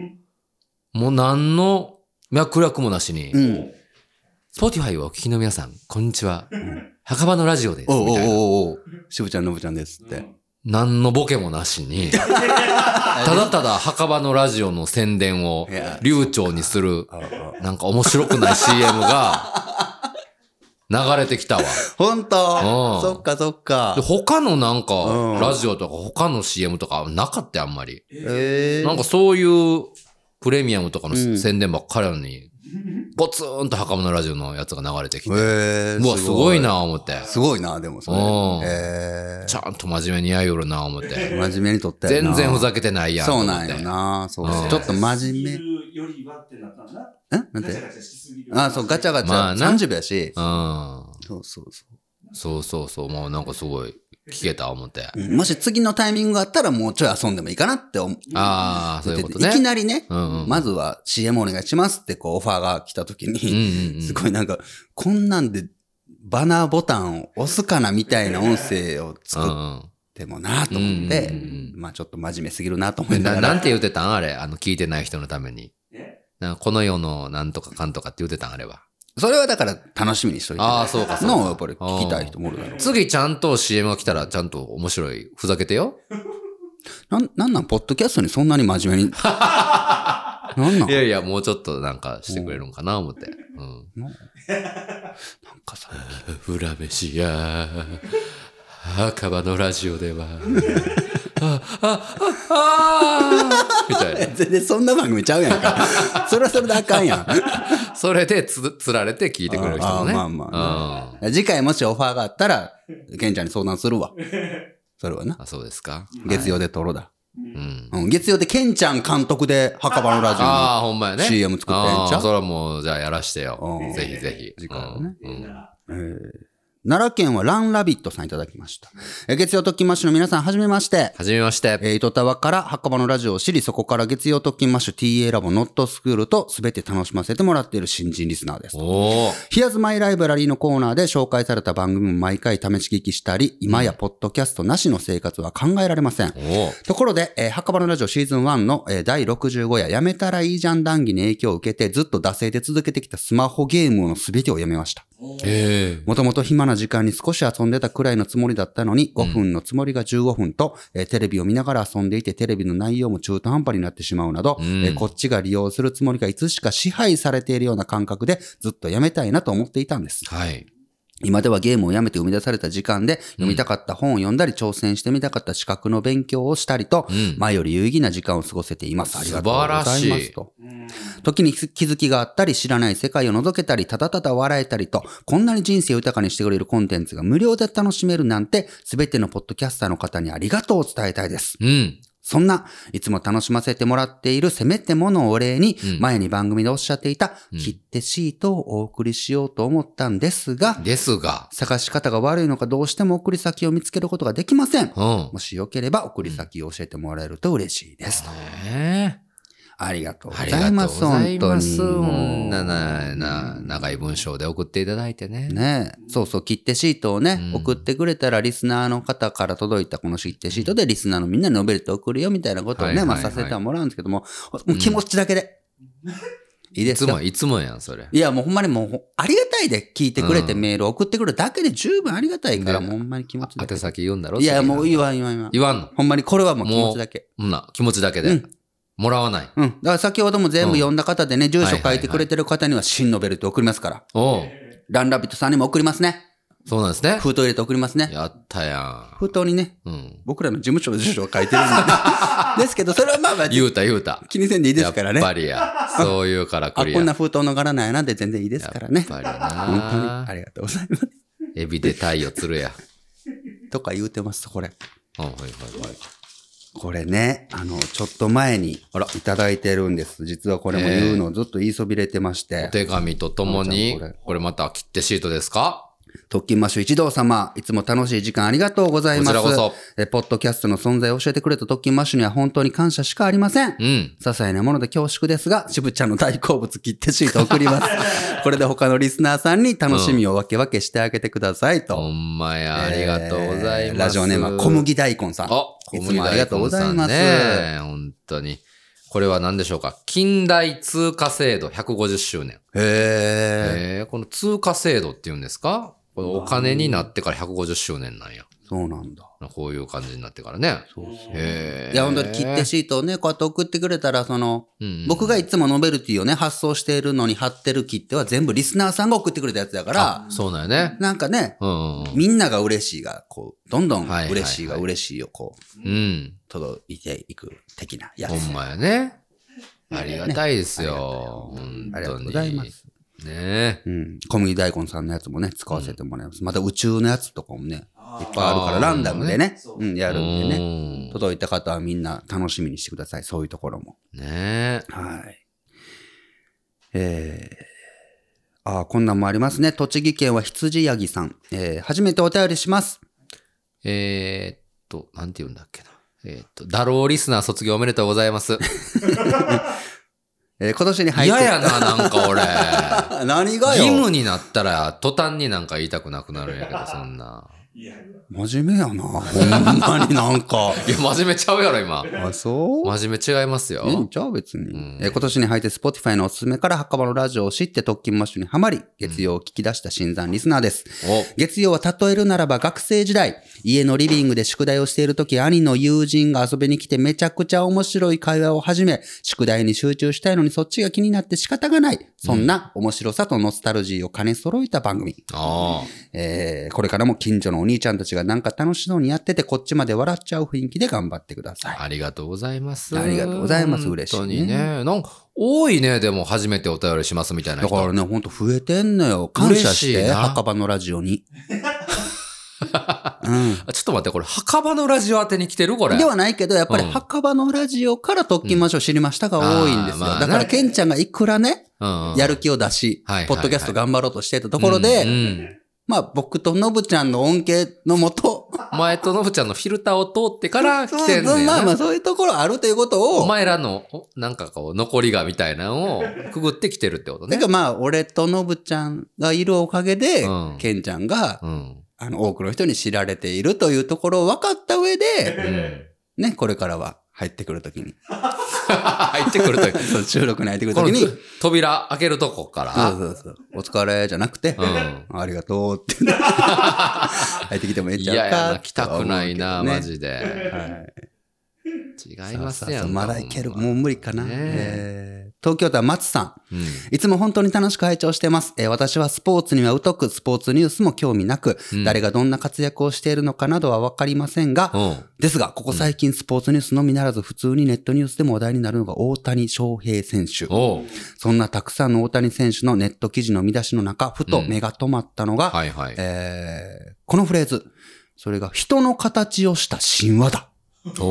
Speaker 2: もう何の脈絡もなしに
Speaker 1: う、ん。
Speaker 2: Spotify をお聞きの皆さん、こんにちは。墓場のラジオです。
Speaker 1: おうお
Speaker 2: み
Speaker 1: う
Speaker 2: たいな。
Speaker 1: おうおう。しぶちゃん、のぶちゃんですって。
Speaker 2: 何のボケもなし に、ただただ墓場のラジオの宣伝を
Speaker 1: いや
Speaker 2: 流暢にする、
Speaker 1: ああ
Speaker 2: なんか面白くない CM が流れてきたわ。
Speaker 1: ほん
Speaker 2: うん
Speaker 1: とそっかそっか
Speaker 2: で。他のなん
Speaker 1: う
Speaker 2: か
Speaker 1: ん、
Speaker 2: ラジオとか他の CM とかなかったよあんまり。
Speaker 1: え
Speaker 2: なんかそういうプレミアムとかの
Speaker 1: うん
Speaker 2: 宣伝ばっかりなのに、ゴツーンと袴のラジオのやつが流れてきて、う
Speaker 1: え
Speaker 2: わ、すごい。な、思って。
Speaker 1: すごいな、でもそ
Speaker 2: うん
Speaker 1: れ。え
Speaker 2: ちゃんと真面目にやいよるな、思って。
Speaker 1: ー真面目にとって。
Speaker 2: 全然ふ
Speaker 1: け
Speaker 2: ざけてないやん。
Speaker 1: そうなんよ
Speaker 2: と思って。
Speaker 1: な。そう
Speaker 2: う
Speaker 1: そ
Speaker 2: ん
Speaker 1: う。ちょっと真面目。
Speaker 3: 目。よりはってなったんだ。
Speaker 1: えなん
Speaker 3: ガチャ
Speaker 1: て
Speaker 3: ガチャしすぎる。
Speaker 1: あ、そう、ガチャガチ
Speaker 2: まあ
Speaker 1: ャ。
Speaker 2: な
Speaker 1: 30秒やし。
Speaker 2: うん。
Speaker 1: そうそうそ
Speaker 2: そうそうそう。もうなんかすごい聞けた思って。
Speaker 1: ううん。もし次のタイミングがあったらもうちょい遊んでもいいかなって思っ
Speaker 2: ああ、そうい
Speaker 1: て
Speaker 2: う
Speaker 1: て
Speaker 2: ことね。
Speaker 1: いきなりね、
Speaker 2: うんうん
Speaker 1: まずは CM お願いしますってこうオファーが来た時
Speaker 2: うん
Speaker 1: に、
Speaker 2: うんうん。
Speaker 1: すごいなんか、こんなんでバナーボタンを押すかなみたいな音声を作
Speaker 2: う
Speaker 1: っ
Speaker 2: んうん
Speaker 1: てもなと思って
Speaker 2: うんうんうん、
Speaker 1: まあちょっと真面目すぎるなと思
Speaker 2: え
Speaker 1: いな
Speaker 2: な
Speaker 1: がら。
Speaker 2: なんて言ってたんあれ。あの、聞いてない人のために。
Speaker 3: え
Speaker 2: なんかこの世のなんとかかんとかって言ってたんあれは。
Speaker 1: それはだから楽しみにしといて。
Speaker 2: ああ、そうか、そう
Speaker 1: のを
Speaker 2: か。
Speaker 1: やっぱり聞きたい人もおるだろう。
Speaker 2: 次ちゃんと CM が来たらちゃんと面白い。ふざけてよ。
Speaker 1: なん、なんなん、ポッドキャストにそんなに真 面目に。なんなん
Speaker 2: いやいや、もうちょっとなんかしてくれるんかな、思って。うん。
Speaker 1: ななんかさ、
Speaker 2: 裏飯や、墓場のラジオでは、あ、あ、あ、あ、みたい
Speaker 1: 全然そんな番組ちゃうやん か。それはそれであかんや
Speaker 2: な。それでつ、つられて聞いてくれる人もね。
Speaker 1: あーまあまあん。次回もしオファーがあったら、ケンちゃんに相談するわ。それはな
Speaker 2: うん。。あ、そうですか。
Speaker 1: 月曜で撮ろうだ。
Speaker 2: うん。
Speaker 1: うん、月曜でケンちゃん監督で墓場のラジ
Speaker 2: ああ、
Speaker 1: オ
Speaker 2: ほんまやね。
Speaker 1: CM 作ったやんちゃ
Speaker 2: あーそれはもう、じゃあやらしてよ
Speaker 1: う。ん
Speaker 2: ぜひぜひ。
Speaker 1: 次回はね
Speaker 2: う
Speaker 3: ええ
Speaker 2: ん
Speaker 1: に、
Speaker 3: な
Speaker 1: えー奈良県はランラビットさんいただきました。えー月曜特勤マッシュの皆さん、はじめまして。
Speaker 2: はじめまして。
Speaker 1: えー、糸田和から墓場のラジオを知り、そこから月曜特勤マッシュ TA ラボノットスクールと全て楽しませてもらっている新人リスナーです。
Speaker 2: おお。
Speaker 1: ヒアズマイライブラリーのコーナーで紹介された番組も毎回試し聞きしたり、今やポッドキャストなしの生活は考えられません。
Speaker 2: おお。
Speaker 1: ところで、えー墓場のラジオシーズン1の、えー第65夜やめたらいいじゃん談義に影響を受けてずっと惰性で続けてきたスマホゲームの全てをやめました。
Speaker 2: ええ。
Speaker 1: もともと暇な時間に少し遊んでたくらいのつもりだったのに、5分のつもりが15分と、えーテレビを見ながら遊んでいて、テレビの内容も中途半端になってしまうなど、
Speaker 2: うん
Speaker 1: えーこっちが利用するつもりがいつしか支配されているような感覚で、ずっとやめたいなと思っていたんです。
Speaker 2: はい。
Speaker 1: 今ではゲームをやめて生み出された時間で、読みたかった本を読んだり、挑戦してみたかった資格の勉強をしたりと、
Speaker 2: うん。
Speaker 1: 前より有意義な時間を過ごせています。ありがとうございます。
Speaker 2: 素晴らしい
Speaker 1: と
Speaker 3: うん
Speaker 1: 時に気づきがあったり、知らない世界を覗けたり、ただただ笑えたりと、こんなに人生を豊かにしてくれるコンテンツが無料で楽しめるなんて、すべてのポッドキャスターの方にありがとうを伝えたいです。
Speaker 2: うん。
Speaker 1: そんな、いつも楽しませてもらっているせめてものお礼に、
Speaker 2: うん
Speaker 1: 前に番組でおっしゃっていた、
Speaker 2: うん
Speaker 1: 切手シートをお送りしようと思ったんですが、
Speaker 2: ですが。
Speaker 1: 探し方が悪いのかどうしても送り先を見つけることができません。
Speaker 2: うん。
Speaker 1: もしよければ送り先を教えてもらえると嬉しいです。
Speaker 2: ええ。
Speaker 1: ありがとうご
Speaker 2: あり
Speaker 1: ざ
Speaker 2: が
Speaker 1: い
Speaker 2: と
Speaker 1: ま
Speaker 2: う
Speaker 1: す、
Speaker 2: ござ
Speaker 1: 本
Speaker 2: い
Speaker 1: 当
Speaker 2: ます。
Speaker 1: に。
Speaker 2: んななな長い文章で送っていただいてね。
Speaker 1: ねえ、そうそう、切手シートをね、
Speaker 2: うん
Speaker 1: 送ってくれたら、リスナーの方から届いたこの切手シートで、リスナーのみんなにノベルト送るよみたいなことをね、
Speaker 2: はいはい
Speaker 1: ま
Speaker 2: は
Speaker 1: あ
Speaker 2: い
Speaker 1: させてはもらうんですけども、もう気持ちだけで。いい
Speaker 2: い
Speaker 1: です
Speaker 2: つ
Speaker 1: よ
Speaker 2: も、いつもやん、それ。
Speaker 1: いや、もうほんまにもう、ありがたいで聞いてくれて、
Speaker 2: うん
Speaker 1: メール送ってくれるだけで十分ありがたいから、
Speaker 2: ね
Speaker 1: もうほんまに気持ちだけ
Speaker 2: 宛。先言うんだろ
Speaker 1: いや、もう
Speaker 2: 次
Speaker 1: 言わん言わん言わん。
Speaker 2: 言わんの。
Speaker 1: ほんまにこれはもう気持ちだけ。
Speaker 2: ほんな、気持ちだけ
Speaker 1: う
Speaker 2: で
Speaker 1: ん。
Speaker 2: もらわない。
Speaker 1: うん。だから先ほども全部読んだ方でね、住所書いてくれてる方には、新ノベルト送りますから。
Speaker 2: おう
Speaker 1: ランラビットさんにも送りますね。
Speaker 2: そうなんですね。
Speaker 1: 封筒入れて送りますね。
Speaker 2: やったや
Speaker 1: 封筒にね、
Speaker 2: ん。うん。
Speaker 1: 僕らの事務所の住所を書いてるん で。ですけど、それはまあまあ、
Speaker 2: 言うた言うた。
Speaker 1: 気にせんでいいですからね
Speaker 2: やっ。ぱりや。そういうから
Speaker 1: あ、
Speaker 2: クリア。
Speaker 1: こんな封筒の柄なんやなで全然いいですからね。
Speaker 2: やっぱり
Speaker 1: 本当にあ
Speaker 2: な。
Speaker 1: りがとうございます。
Speaker 2: エビで太陽釣るや。
Speaker 1: とか言うてます、これ。
Speaker 2: うん、はいはいはい。
Speaker 1: これね、あの、ちょっと前に、あら、いただいてるんです。実はこれも言うのをずっと言いそびれてまして
Speaker 2: お。手紙とともに
Speaker 1: これ、
Speaker 2: これまた切手シートですか
Speaker 1: 特勤マッシュ一同様、いつも楽しい時間ありがとうござい
Speaker 2: こち
Speaker 1: ます。
Speaker 2: らこそ。
Speaker 1: えポッドキャストの存在を教えてくれた特勤マッシュには本当に感謝しかありません。
Speaker 2: うん。
Speaker 1: 些細なもので恐縮ですが、渋ちゃんの大好物切手シート送り ます。これで他のリスナーさんに楽しみを分け分けしてあげてくださいと。
Speaker 2: ほんまや、ありがとうございます。
Speaker 1: えーラジオネームは小麦大根さん。
Speaker 2: あ、
Speaker 1: いつもありがとうございます
Speaker 2: 小麦大根さんね。本当に。これは何でしょうか近代通貨制度150周年。
Speaker 1: へえ。
Speaker 2: えー、この通貨制度っていうんですかこれお金になってから150周年なんや。
Speaker 1: そうなんだ。
Speaker 2: こういう感じになってからね。
Speaker 1: そうそう。
Speaker 2: へー
Speaker 1: いや、本当に切手シートをね、こうやって送ってくれたら、その、
Speaker 2: うんうん
Speaker 1: 僕がいつもノベルティをね、発送しているのに貼ってる切手は全部リスナーさんが送ってくれたやつだから、
Speaker 2: そうなんよね。
Speaker 1: なんかね、
Speaker 2: うんうんうん。
Speaker 1: みんなが嬉しいが、こう、どんどん
Speaker 2: はいはいはい
Speaker 1: 嬉しいが嬉しいをこう、
Speaker 2: うん。
Speaker 1: 届いていく的なやつ。
Speaker 2: ほんまやね。ありがたいですよ。本
Speaker 1: ありが
Speaker 2: 当
Speaker 1: とう
Speaker 2: に。
Speaker 1: ございます。
Speaker 2: ねえ。
Speaker 1: うん、小麦大根さんのやつもね、使わせてもらいます。また宇宙のやつとかもね、いっ
Speaker 3: あー
Speaker 1: ぱいあるから、
Speaker 2: あー
Speaker 1: ランダムでね、
Speaker 3: そう
Speaker 1: うん、やるんでね。
Speaker 2: ね
Speaker 1: 届いた方はみんな楽しみにしてください。そういうところも。
Speaker 2: ねえ。
Speaker 1: はい。えーああ、こんなんもありますね。栃木県は羊ヤギさん。えー初めてお便りします。
Speaker 2: えーっと、なんて言うんだっけな。えーっと、ダローリスナー卒業おめでとうござ います。
Speaker 1: えー今年に入って。
Speaker 2: 嫌やな、なん か俺。
Speaker 1: 何がよ
Speaker 2: 義務になったら、途端になんか言いたくなくなるんやけど、そんな。
Speaker 3: いやいや
Speaker 1: 真面目やな。ほんまになん か。
Speaker 2: いや、真面目ちゃうやろ、今。
Speaker 1: あ、そう
Speaker 2: 真面目違いますよ。
Speaker 1: ええんちゃう別に、
Speaker 2: ん
Speaker 1: えー今年に入って Spotify のおすすめから墓場のラジオを知って特勤マッシュにはまり、月曜を聞き出した新参リスナーです。
Speaker 2: お、
Speaker 1: 月曜は例えるならば学生時代、家のリビングで宿題をしている時、兄の友人が遊びに来てめちゃくちゃ面白い会話を始め、宿題に集中したいのにそっちが気になって仕方がない。そんな面白さとノスタルジーを兼ね揃えた番組。
Speaker 2: あ
Speaker 1: えーこれからも近所のお兄ちゃんたちがなんか楽しそうにやってて、こっちまで笑っちゃう雰囲気で頑張ってください。
Speaker 2: あ、ありがとうございます。
Speaker 1: ありがとうございます嬉しいね
Speaker 2: 本当にね。なんか、多いね、でも、初めてお便りしますみたいな
Speaker 1: だ
Speaker 2: 人。
Speaker 1: からね、ほんと増えてんのよ。感謝し、
Speaker 2: 嬉していな
Speaker 1: 墓場のラジオ に。うん。
Speaker 2: あちょっと待って、これ、墓場のラジオ宛てに来てるこれ。
Speaker 1: ではないけど、やっぱり
Speaker 2: うん
Speaker 1: 墓場のラジオから特訓魔女知りましたが多いんですよ。
Speaker 2: あーまあ
Speaker 1: だから、
Speaker 2: ね
Speaker 1: ケンちゃんがいくらね、
Speaker 2: うんうん
Speaker 1: やる気を出し
Speaker 2: はいはいは、い
Speaker 1: ポッドキャスト頑張ろうとしてたところで、
Speaker 2: うんうん
Speaker 1: まあ僕とノブちゃんの恩恵のもと、
Speaker 2: お前とノブちゃんのフィルターを通ってから来てんね
Speaker 1: そうんまあまあ
Speaker 2: な。
Speaker 1: そういうところあるということ
Speaker 2: お
Speaker 1: を、
Speaker 2: 前らの、おなんかこう、残りがみたいなのをくぐってきてるってこと
Speaker 1: だ
Speaker 2: ね
Speaker 1: か。らまあ俺とノブちゃんがいるおかげで
Speaker 2: うん、
Speaker 1: ケンちゃんが、
Speaker 2: うん。
Speaker 1: あの、多くの人に知られているというところを分かった上 で、
Speaker 2: うん。
Speaker 1: ね、これからは入ってくるときに、
Speaker 2: 入ってくるとき。
Speaker 1: そう収録に入ってくる
Speaker 2: ことの
Speaker 1: きに、そう
Speaker 2: つ扉開けるとこから。
Speaker 1: そうそう、お疲れじゃなくて、
Speaker 2: う
Speaker 1: ありがとうって、 入ってきてもええん
Speaker 2: い
Speaker 1: ちゃ
Speaker 2: や
Speaker 1: う
Speaker 2: い
Speaker 1: か
Speaker 2: や、来たくないな、
Speaker 1: とは
Speaker 2: マ
Speaker 1: 思う
Speaker 2: ジ
Speaker 1: け。
Speaker 2: で
Speaker 1: どねはい
Speaker 2: 違いますや
Speaker 1: そうんそうそうま
Speaker 2: か。
Speaker 1: だいける。
Speaker 2: ほんま
Speaker 1: もう無理かな。
Speaker 2: ね
Speaker 1: えー東京都は松さん。
Speaker 2: うん
Speaker 1: いつも本当に楽しく拝聴してます。えー私はスポーツには疎く、スポーツニュースも興味なく、
Speaker 2: うん
Speaker 1: 誰がどんな活躍をしているのかなどはわかりませんが、
Speaker 2: うん。
Speaker 1: ですが、ここ最近スポーツニュースのみならず、普通にネットニュースでも話題になるのが大谷翔平選手。
Speaker 2: おう
Speaker 1: そんなたくさんの大谷選手のネット記事の見出しの中、ふと
Speaker 2: うん
Speaker 1: 目が止まったのが、
Speaker 2: はいはい。
Speaker 1: えーこのフレーズ。それが人の形をした神話だ。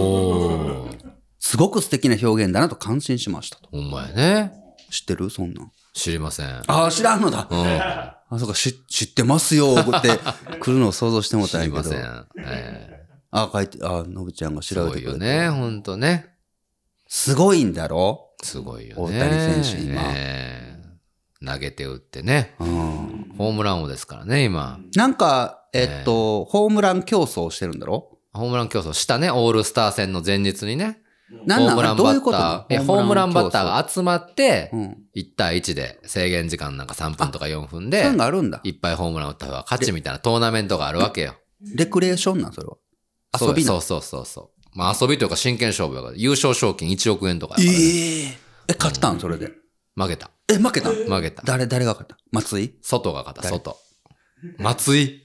Speaker 2: おー
Speaker 1: すごく素敵な表現だなと感心しましたと。
Speaker 2: ほんまやね。
Speaker 1: 知ってるそんなん。
Speaker 2: 知りません。
Speaker 1: ああ、知らんのだ。
Speaker 2: うん。
Speaker 1: あ、そうか、し知ってますよ、 って来るのを想像してもうた
Speaker 2: 知
Speaker 1: んや
Speaker 2: り
Speaker 1: けど。
Speaker 2: ません。ええ
Speaker 1: あ、書いて、あ、のぶちゃんが
Speaker 2: す
Speaker 1: 調べ
Speaker 2: ご
Speaker 1: て
Speaker 2: い
Speaker 1: くれ
Speaker 2: よ
Speaker 1: て。
Speaker 2: ね、ほんとね。
Speaker 1: すごいんだろ
Speaker 2: すごいよね。
Speaker 1: 大谷選手今
Speaker 2: ねえ投げて打ってね。
Speaker 1: うん。
Speaker 2: ホームラン王ですからね、今。
Speaker 1: なんか、えっと、ホームラン競争してるんだろ
Speaker 2: ホームラン競争したね、オールスター戦の前日にね。
Speaker 1: な
Speaker 2: ホ
Speaker 1: ん
Speaker 2: ームランバ
Speaker 1: どういう
Speaker 2: ッ
Speaker 1: こと
Speaker 2: ター、えホームランバッターが集まって
Speaker 1: う、ん。
Speaker 2: 1対1で制限時間なんか3分とか4分
Speaker 1: そうい
Speaker 2: で
Speaker 1: うの、があるんだ。
Speaker 2: いっぱいホームラン打った方が勝ちみたいなトーナメントがあるわけよ。
Speaker 1: レクレーションなん、それは。遊び
Speaker 2: そ
Speaker 1: な
Speaker 2: うそうそうそう。まあ遊びというか真剣勝負やから、優勝賞金1億円とか
Speaker 1: え
Speaker 2: やからね
Speaker 1: ええ、勝ったんそれで。
Speaker 2: 負けた。
Speaker 1: え、負けたん
Speaker 2: 負けた。
Speaker 1: 誰、誰が勝った松井
Speaker 2: 外が勝った、
Speaker 1: 誰
Speaker 2: 外。松井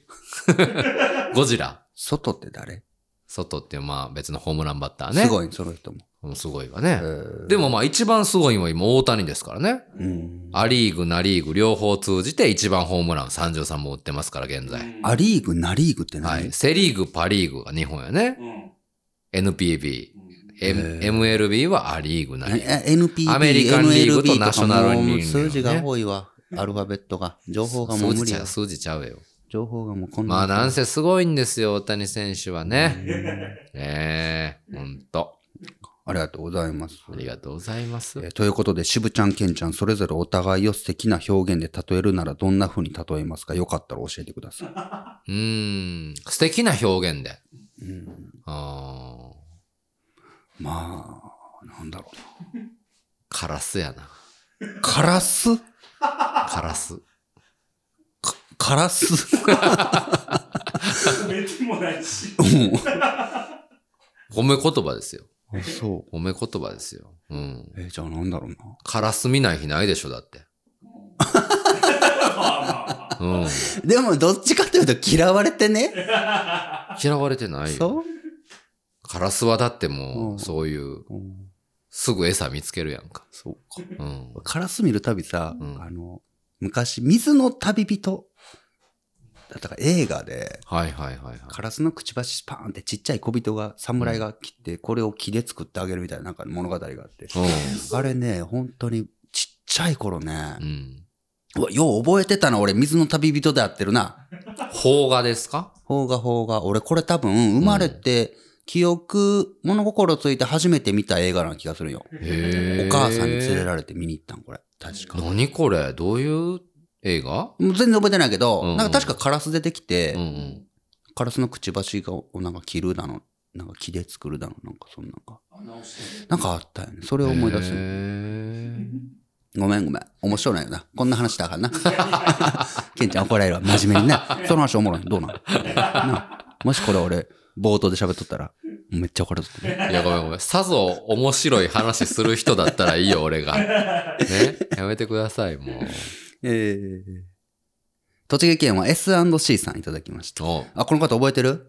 Speaker 2: ゴジラ
Speaker 1: 外って誰
Speaker 2: 外っていうまあ別のホームランバッターね。
Speaker 1: すごい、その人も。
Speaker 2: うんすごいわね。
Speaker 1: ー
Speaker 2: でもまあ一番すごいのは今大谷ですからね。
Speaker 1: うん。
Speaker 2: アリーグ、ナリーグ両方通じて一番ホームラン33本打ってますから現在。
Speaker 1: アリーグ、ナリーグって何、
Speaker 2: はい。セリーグ、パリーグが日本やね。NPB、M
Speaker 1: へ
Speaker 2: MLB はアリーグ、ナリーグ。
Speaker 1: え NPB、
Speaker 2: アメリカンリーグと
Speaker 1: MLB
Speaker 2: ナショナルリーグ
Speaker 1: もう
Speaker 2: ね
Speaker 1: 数字が多いわ。アルファベットが。情報がもう
Speaker 2: 数
Speaker 1: 無
Speaker 2: 字
Speaker 1: 理
Speaker 2: ちゃ
Speaker 1: や
Speaker 2: う、。数字ちゃうよ。
Speaker 1: 情報がもうこんな。
Speaker 2: まあなんせすごいんですよ、大谷選手はね。ねえ、ほんと。
Speaker 1: ありがとうございます。
Speaker 2: ありがとうございます。
Speaker 1: えーということで、渋ちゃん、ケンちゃん、それぞれお互いを素敵な表現で例えるならどんな風に例えますかよかったら教えてください。
Speaker 2: うーん、素敵な表現で。
Speaker 1: うん
Speaker 2: あー
Speaker 1: まあ、なんだろ
Speaker 2: カラスやな。
Speaker 1: うな。カラス
Speaker 2: カラス。
Speaker 1: かカラス
Speaker 3: めてもないし。
Speaker 2: 褒め言葉ですよ。
Speaker 1: あそ
Speaker 2: 褒め言葉ですよ。うん。
Speaker 1: う。えーじゃあなんだろうな。
Speaker 2: カラス見ない日ないでしょ、だって。うん。
Speaker 1: でも、どっちかというと嫌われてね。
Speaker 2: 嫌われてないよ。
Speaker 1: そ
Speaker 2: カラスはだっても
Speaker 1: う
Speaker 2: う、
Speaker 1: ん
Speaker 2: そういう、
Speaker 1: う、うん
Speaker 2: すぐ餌見つけるやんか。
Speaker 1: そうか。
Speaker 2: うん。
Speaker 1: カラス見るたびさ、
Speaker 2: うん
Speaker 1: あの、昔、水の旅人。だったから映画で、
Speaker 2: はいはいはいはい。
Speaker 1: カラスのくちばしパーンってちっちゃい小人が侍が切って、これを木で作ってあげるみたいななんか物語があって、
Speaker 2: う
Speaker 1: あれね本当にちっちゃい頃ね
Speaker 2: ん。う、ん。
Speaker 1: うわよう覚えてたな俺水の旅人であってるな
Speaker 2: 邦画ですか
Speaker 1: 邦画邦画俺これ多分生まれて、記憶物心ついて初めて見た映画な気がするよ、
Speaker 2: へえ。
Speaker 1: お母さんに連れられて見に行ったんこれ確か、
Speaker 2: 何これどういう映画
Speaker 1: もう全然覚えてないけど、
Speaker 2: うんうん
Speaker 1: なんか確かカラス出てきて、
Speaker 2: うんうん。
Speaker 1: カラスのくちばしをなんか切るだのなんか木で作るだのなんかそんなんかなんかあったよね。それを思い出す
Speaker 2: へ。ー
Speaker 1: ごめんごめん。面白ないよな。こんな話したらあかんな。 ケンちゃん怒られるわ。真面目にね。その話おもろい。どうなんなもしこれ俺、冒頭で喋っとったら、めっちゃ怒られとったね。
Speaker 2: いや、ごめんごめん。さぞ面白い話する人だったらい いよ、俺が。ね。やめてください、も
Speaker 1: えー栃木県は S&C さんいただきました
Speaker 2: う。。お
Speaker 1: あ、この方覚えてる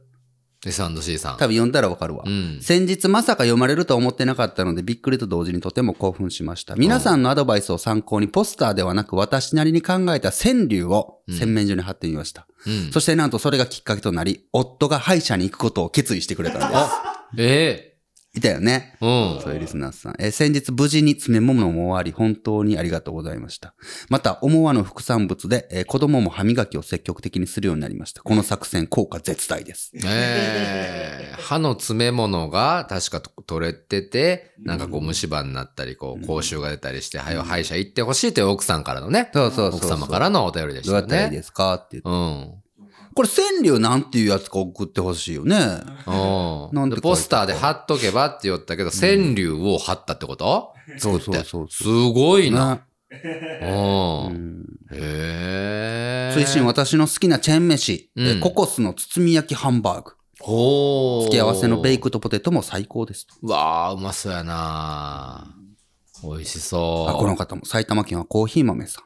Speaker 2: S&C さん。
Speaker 1: 多分読んだらわかるわ。
Speaker 2: うん。
Speaker 1: 先日まさか読まれると思ってなかったのでびっくりと同時にとても興奮しました。皆さんのアドバイスを参考にポスターではなく私なりに考えた川柳を洗面所に貼ってみました。
Speaker 2: うん
Speaker 1: そ。してなんとそれがきっかけとなり、夫が歯医者に行くことを決意してくれたん です。
Speaker 2: え
Speaker 1: いたよね。
Speaker 2: えうん。
Speaker 1: そういうリスナーさん。えー先日無事に詰め物も終わり、本当にありがとうございました。また、思わぬ副産物で、えー子供も歯磨きを積極的にするようになりました。この作戦、効果絶大です。
Speaker 2: ええ歯の詰め物が確かと取れてて、なんかこう虫歯になったり、こう、口臭が出たりして、はよ歯医者行ってほしいという奥さんからのね、
Speaker 1: そうそうそう
Speaker 2: 奥様からのお便りでし
Speaker 1: どう
Speaker 2: た
Speaker 1: やったらい
Speaker 2: よ
Speaker 1: い
Speaker 2: ね。
Speaker 1: ですかって言って。
Speaker 2: うん。
Speaker 1: これ、川柳なんていうやつか送ってほしいよね。
Speaker 2: う。
Speaker 1: なんん
Speaker 2: で
Speaker 1: で
Speaker 2: ポスターで貼っとけばって言ったけど、川柳を貼ったってこと
Speaker 1: そうそうそう
Speaker 2: すごいな。
Speaker 1: な。
Speaker 2: う。
Speaker 1: うんん
Speaker 2: へえ。
Speaker 1: 推進。私の好きなチェーン飯、えー
Speaker 2: うん
Speaker 1: ココスの包み焼きハンバーグ。
Speaker 2: ほう。
Speaker 1: 付け合わせのベイ。クとポテトも最高ですと。
Speaker 2: わあ、うまそうやな美味しそう。
Speaker 1: あこの方も埼玉県はコーヒー豆さん。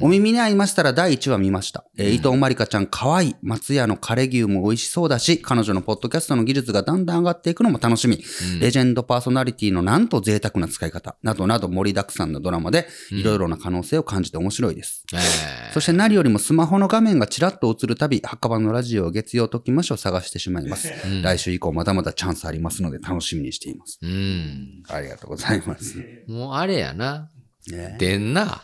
Speaker 2: う
Speaker 1: お
Speaker 2: ん
Speaker 1: 耳に合いましたら第1話見ました。えー
Speaker 2: うん
Speaker 1: 伊藤まりかちゃん可愛い。松屋の枯れ牛も美味しそうだし、彼女のポッドキャストの技術がだんだん上がっていくのも楽しみ。レジェンドパーソナリティのなんと贅沢な使い方、などなど盛りだくさんのドラマで、
Speaker 2: うん
Speaker 1: いろいろな可能性を感じて面白いです。
Speaker 2: ええ
Speaker 1: そして何よりもスマホの画面がちらっと映るたび、墓場のラジオを月曜ときましを探してしまいます。
Speaker 2: うん
Speaker 1: 来週以降まだまだチャンスありますので楽しみにしています。
Speaker 2: うん。
Speaker 1: ありがとうございます。
Speaker 2: もうあれやな。
Speaker 1: ね
Speaker 2: でんな。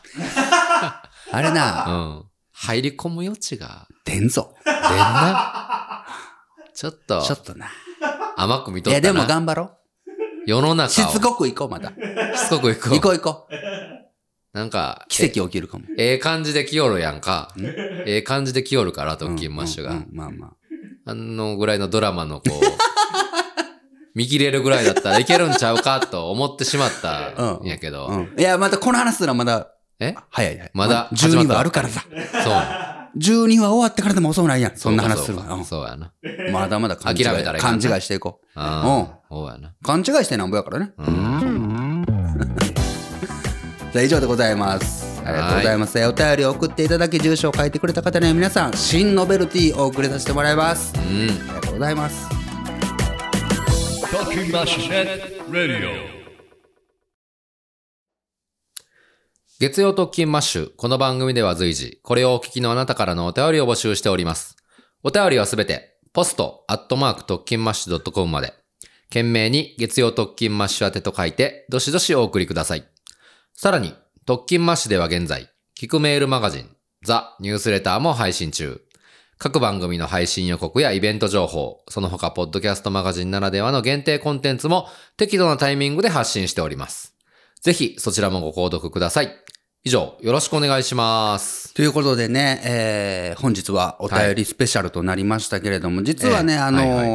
Speaker 1: あれ
Speaker 2: う
Speaker 1: な、
Speaker 2: ん。入り込む余地が。
Speaker 1: でんぞ。
Speaker 2: でんな。ちょっと
Speaker 1: ちょっとな。
Speaker 2: 甘く見と
Speaker 1: い
Speaker 2: ったな。
Speaker 1: や、でも頑張ろう。
Speaker 2: 世の中を
Speaker 1: しつこく行こう、また。
Speaker 2: しつこく行こう。
Speaker 1: 行こう行こう。
Speaker 2: なんか、
Speaker 1: 奇跡起きるかも。
Speaker 2: ええ感じで来よるやんか。
Speaker 1: ん
Speaker 2: ええ感じで来よるから、ドッキンマッシュが。
Speaker 1: うんうんうんまあまあ。
Speaker 2: あのぐらいのドラマの こう、見切れるぐらいだったらいけるんちゃうかと思ってしまったんやけど、
Speaker 1: うん、いや、またこの話すらまだ、
Speaker 2: え
Speaker 1: 早い早い。
Speaker 2: まだ始まっ
Speaker 1: 12
Speaker 2: た
Speaker 1: 話あるからさ。
Speaker 2: そう。
Speaker 1: 12話終わってからでも遅くないやん。そんな話する
Speaker 2: そう
Speaker 1: わ
Speaker 2: かそうやな。
Speaker 1: うんまだまだ勘違い
Speaker 2: 諦めたらいかん
Speaker 1: 勘違
Speaker 2: ない
Speaker 1: していこう。
Speaker 2: ああ、そうやな。
Speaker 1: 勘違いしてなんぼやからね。
Speaker 2: うん。
Speaker 1: じゃあ以上でございます。ありがとうございます。お便りを送っていただき、住所を書いてくれた方には皆さん、新ノベルティをお送りさせてもらいます。
Speaker 2: うん
Speaker 1: ありがとうございます。
Speaker 4: Talking Mush Net Radio.
Speaker 2: 月曜特勤マッシュ。この番組では随時、これをお聞きのあなたからのお便りを募集しております。お便りはすべて、ポスト、アットマーク特勤マッシュ .com まで。懸命に月曜特勤マッシュ宛てと書いて、どしどしお送りください。さらに、特勤マッシュでは現在、聞くメールマガジン、ザ・ニュースレターも配信中。各番組の配信予告やイベント情報、その他、ポッドキャストマガジンならではの限定コンテンツも適度なタイミングで発信しております。ぜひ、そちらもご購読ください。以上、よろしくお願いします。
Speaker 1: ということでね、えー本日はお便りスペシャルとなりましたけれども、実はね、
Speaker 2: ええ
Speaker 1: あのー
Speaker 2: はい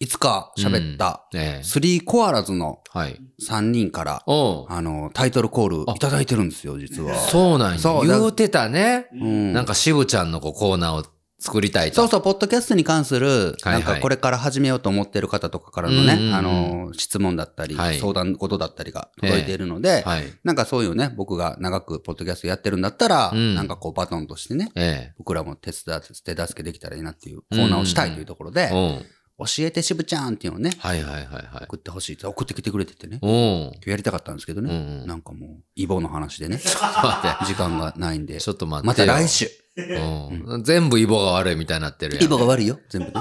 Speaker 1: いつか喋った、
Speaker 2: ええ
Speaker 1: スリーコアラズの
Speaker 2: はい。
Speaker 1: 3人から、
Speaker 2: おう
Speaker 1: あのータイトルコールいただいてるんですよ、実は。
Speaker 2: そうなんや。
Speaker 1: そうだ
Speaker 2: 言うてたね。
Speaker 1: うん
Speaker 2: なんか、渋ちゃんのこうコーナーを作りたいと。
Speaker 1: そうそう、ポッドキャストに関する、
Speaker 2: はいはい
Speaker 1: なんかこれから始めようと思ってる方とかからの
Speaker 2: うんうんう
Speaker 1: ね、
Speaker 2: ん
Speaker 1: あのー、質問だったり、
Speaker 2: はい
Speaker 1: 相談事だったりが届いているので、
Speaker 2: はい。
Speaker 1: なんかそういうね、僕が長くポッドキャストやってるんだったら、
Speaker 2: うん
Speaker 1: なんかこうバトンとしてね、
Speaker 2: え
Speaker 1: 僕らも手伝って手助けできたらいいなっていうコーナーをしたいというところで、
Speaker 2: え。おう
Speaker 1: 教えてしぶちゃんっていうのをね、
Speaker 2: はいはいはいはい。
Speaker 1: 送ってほしいって送ってきてくれててね、今
Speaker 2: おう
Speaker 1: 日やりたかったんですけど
Speaker 2: う
Speaker 1: ね、
Speaker 2: んうん
Speaker 1: なんかもう、イボの話 でね、
Speaker 2: 待って。
Speaker 1: 時間がないんで
Speaker 2: ち、ょっと待
Speaker 1: ま
Speaker 2: って
Speaker 1: た
Speaker 2: よ。
Speaker 1: 来週。
Speaker 2: うん。全部イボが悪いみたいになってるやん。
Speaker 1: イボが悪いよ、全部ね。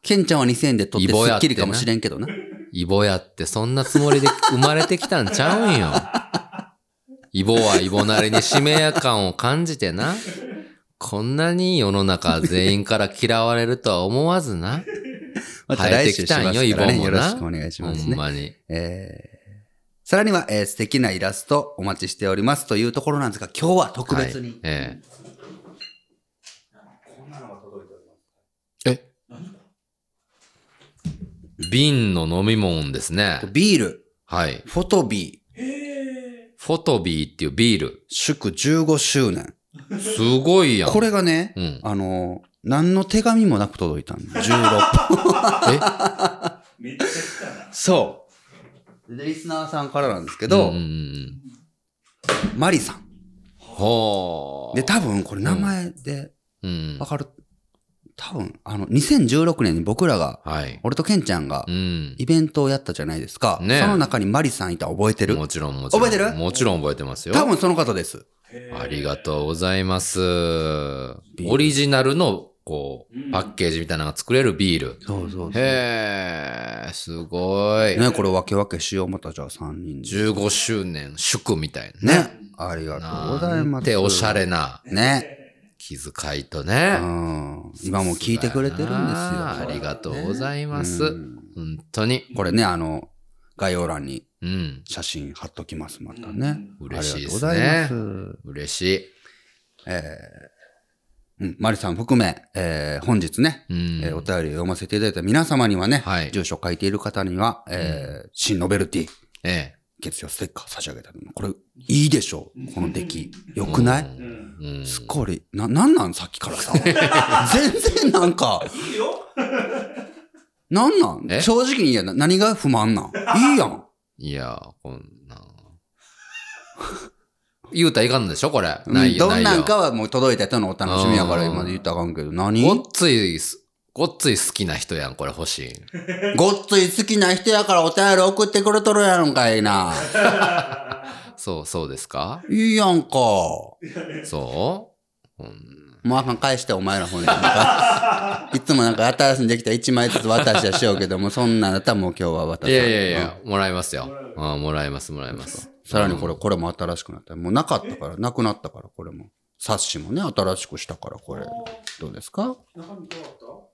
Speaker 1: ケンちゃんは2000円で取って
Speaker 2: イボ
Speaker 1: ス
Speaker 2: や
Speaker 1: ッ
Speaker 2: って
Speaker 1: キ
Speaker 2: な
Speaker 1: リかもしれんけどな。
Speaker 2: イボやってそんなつもりで生まれてきたんちゃうんよ。イボはイボなりに使命感を感じてな。こんなに世の中全員から嫌われるとは思わずな。
Speaker 1: また
Speaker 2: 生え
Speaker 1: 来週
Speaker 2: てき
Speaker 1: しま
Speaker 2: たん
Speaker 1: す
Speaker 2: よ、イボ
Speaker 1: からね。
Speaker 2: も
Speaker 1: よろ
Speaker 2: な。
Speaker 1: しくお願いします
Speaker 2: ほん
Speaker 1: ね。
Speaker 2: まに。
Speaker 1: えーさらには、えー素敵なイラストお待ちしておりますというところなんですが、今日は特別に、
Speaker 2: はいえ
Speaker 3: こんなのが届いております。
Speaker 2: え瓶の飲み物ですね。
Speaker 1: ビール、
Speaker 2: はい。
Speaker 1: フォトビー、
Speaker 3: へえ。
Speaker 2: フォトビーっていうビール。
Speaker 1: 祝15周年。
Speaker 2: すごいやん。
Speaker 1: これがね、
Speaker 2: うん。
Speaker 1: あのー何の手紙もなく届いたんで、16本。
Speaker 2: え
Speaker 3: めっちゃ来たな。
Speaker 1: そう。で、リスナーさんからなんですけど、
Speaker 2: うんうんうん。
Speaker 1: マリさん。
Speaker 2: ほー。
Speaker 1: で、多分これ名前で
Speaker 2: うん
Speaker 1: わ。かる。多分、あの、2016年に僕らが、
Speaker 2: はい。
Speaker 1: 俺とケンちゃんが
Speaker 2: うん。
Speaker 1: イベントをやったじゃないですか。
Speaker 2: ねえ
Speaker 1: その中にマリさんいた覚えてる
Speaker 2: もちろん、もちろん。
Speaker 1: 覚えてる
Speaker 2: もちろん覚えてますよ。
Speaker 1: 多分その方です。
Speaker 3: へー
Speaker 2: ありがとうございます。オリジナルの、こ
Speaker 3: う
Speaker 2: う、
Speaker 3: ん
Speaker 2: パッケージみたいなのが作れるビール。
Speaker 1: そうそうそう。
Speaker 2: へー、すごい。
Speaker 1: ね、これ分け分けしよう。またじゃあ3人で。
Speaker 2: 15周年、祝みたいな。
Speaker 1: ね。ありがとうござい
Speaker 2: な
Speaker 1: ま
Speaker 2: ん
Speaker 1: す。
Speaker 2: ておしゃ。れな
Speaker 1: ね。
Speaker 2: 気遣いと
Speaker 1: う
Speaker 2: ね。
Speaker 1: ん。今もう聞いてくれてるんですよ。
Speaker 2: ありがとうございます。
Speaker 1: うん
Speaker 2: 本当に。
Speaker 1: これね、あの、概要欄に
Speaker 2: うん。
Speaker 1: 写真貼っときます。また
Speaker 3: う
Speaker 1: ね
Speaker 3: ん。
Speaker 2: 嬉しいです
Speaker 1: ありが
Speaker 2: ね
Speaker 1: とう。ございます。
Speaker 2: 嬉しい。
Speaker 1: うん、マリさん含め、えー本日ね、
Speaker 2: うん
Speaker 1: えーお便りを読ませていただいた皆様にはね、
Speaker 2: はい
Speaker 1: 住所書いている方には、えー新ノベルティ、
Speaker 2: ええ。
Speaker 1: 月曜ステッカー差し上げたの。これ、いいでしょうこの出来。よくない、
Speaker 2: うん
Speaker 3: うん
Speaker 2: うん
Speaker 1: すっごい、な、なんなんさっきから さ。全然なんか、
Speaker 3: いいよ。
Speaker 1: なんなん
Speaker 2: え
Speaker 1: 正直に言えな、何が不満なんいいやん。
Speaker 2: いや、こんなん。 言うたらいかんのでしょこれ。
Speaker 1: うん
Speaker 2: ないよ。
Speaker 1: どん
Speaker 2: 内
Speaker 1: なん
Speaker 2: 容
Speaker 1: かはもう届いた人のお楽しみやから
Speaker 2: うん
Speaker 1: 今で言ったらあかんけど、何
Speaker 2: ごっ
Speaker 1: ご
Speaker 2: ついす、ごっつい好きな人やん、これ欲しい。
Speaker 1: っつい好きな人やからお便り送ってくれとるやろんかいな。
Speaker 2: そう、そうですか
Speaker 1: いいやんか。
Speaker 2: そううん
Speaker 1: もうあかん返してお前らほんで いつもなんか新しいにできた1枚ずつ渡しはしようけども、そんなんだったらもう今日は渡さ
Speaker 2: い
Speaker 1: ん
Speaker 2: やいやいや、もらいますよ。あもらいます、もらいます。
Speaker 1: さらにこれ、これも新しくなった。もうなかったから、なくなったから、これも。冊子もね、新しくしたから、これ。どうですか
Speaker 3: 中身どうだっ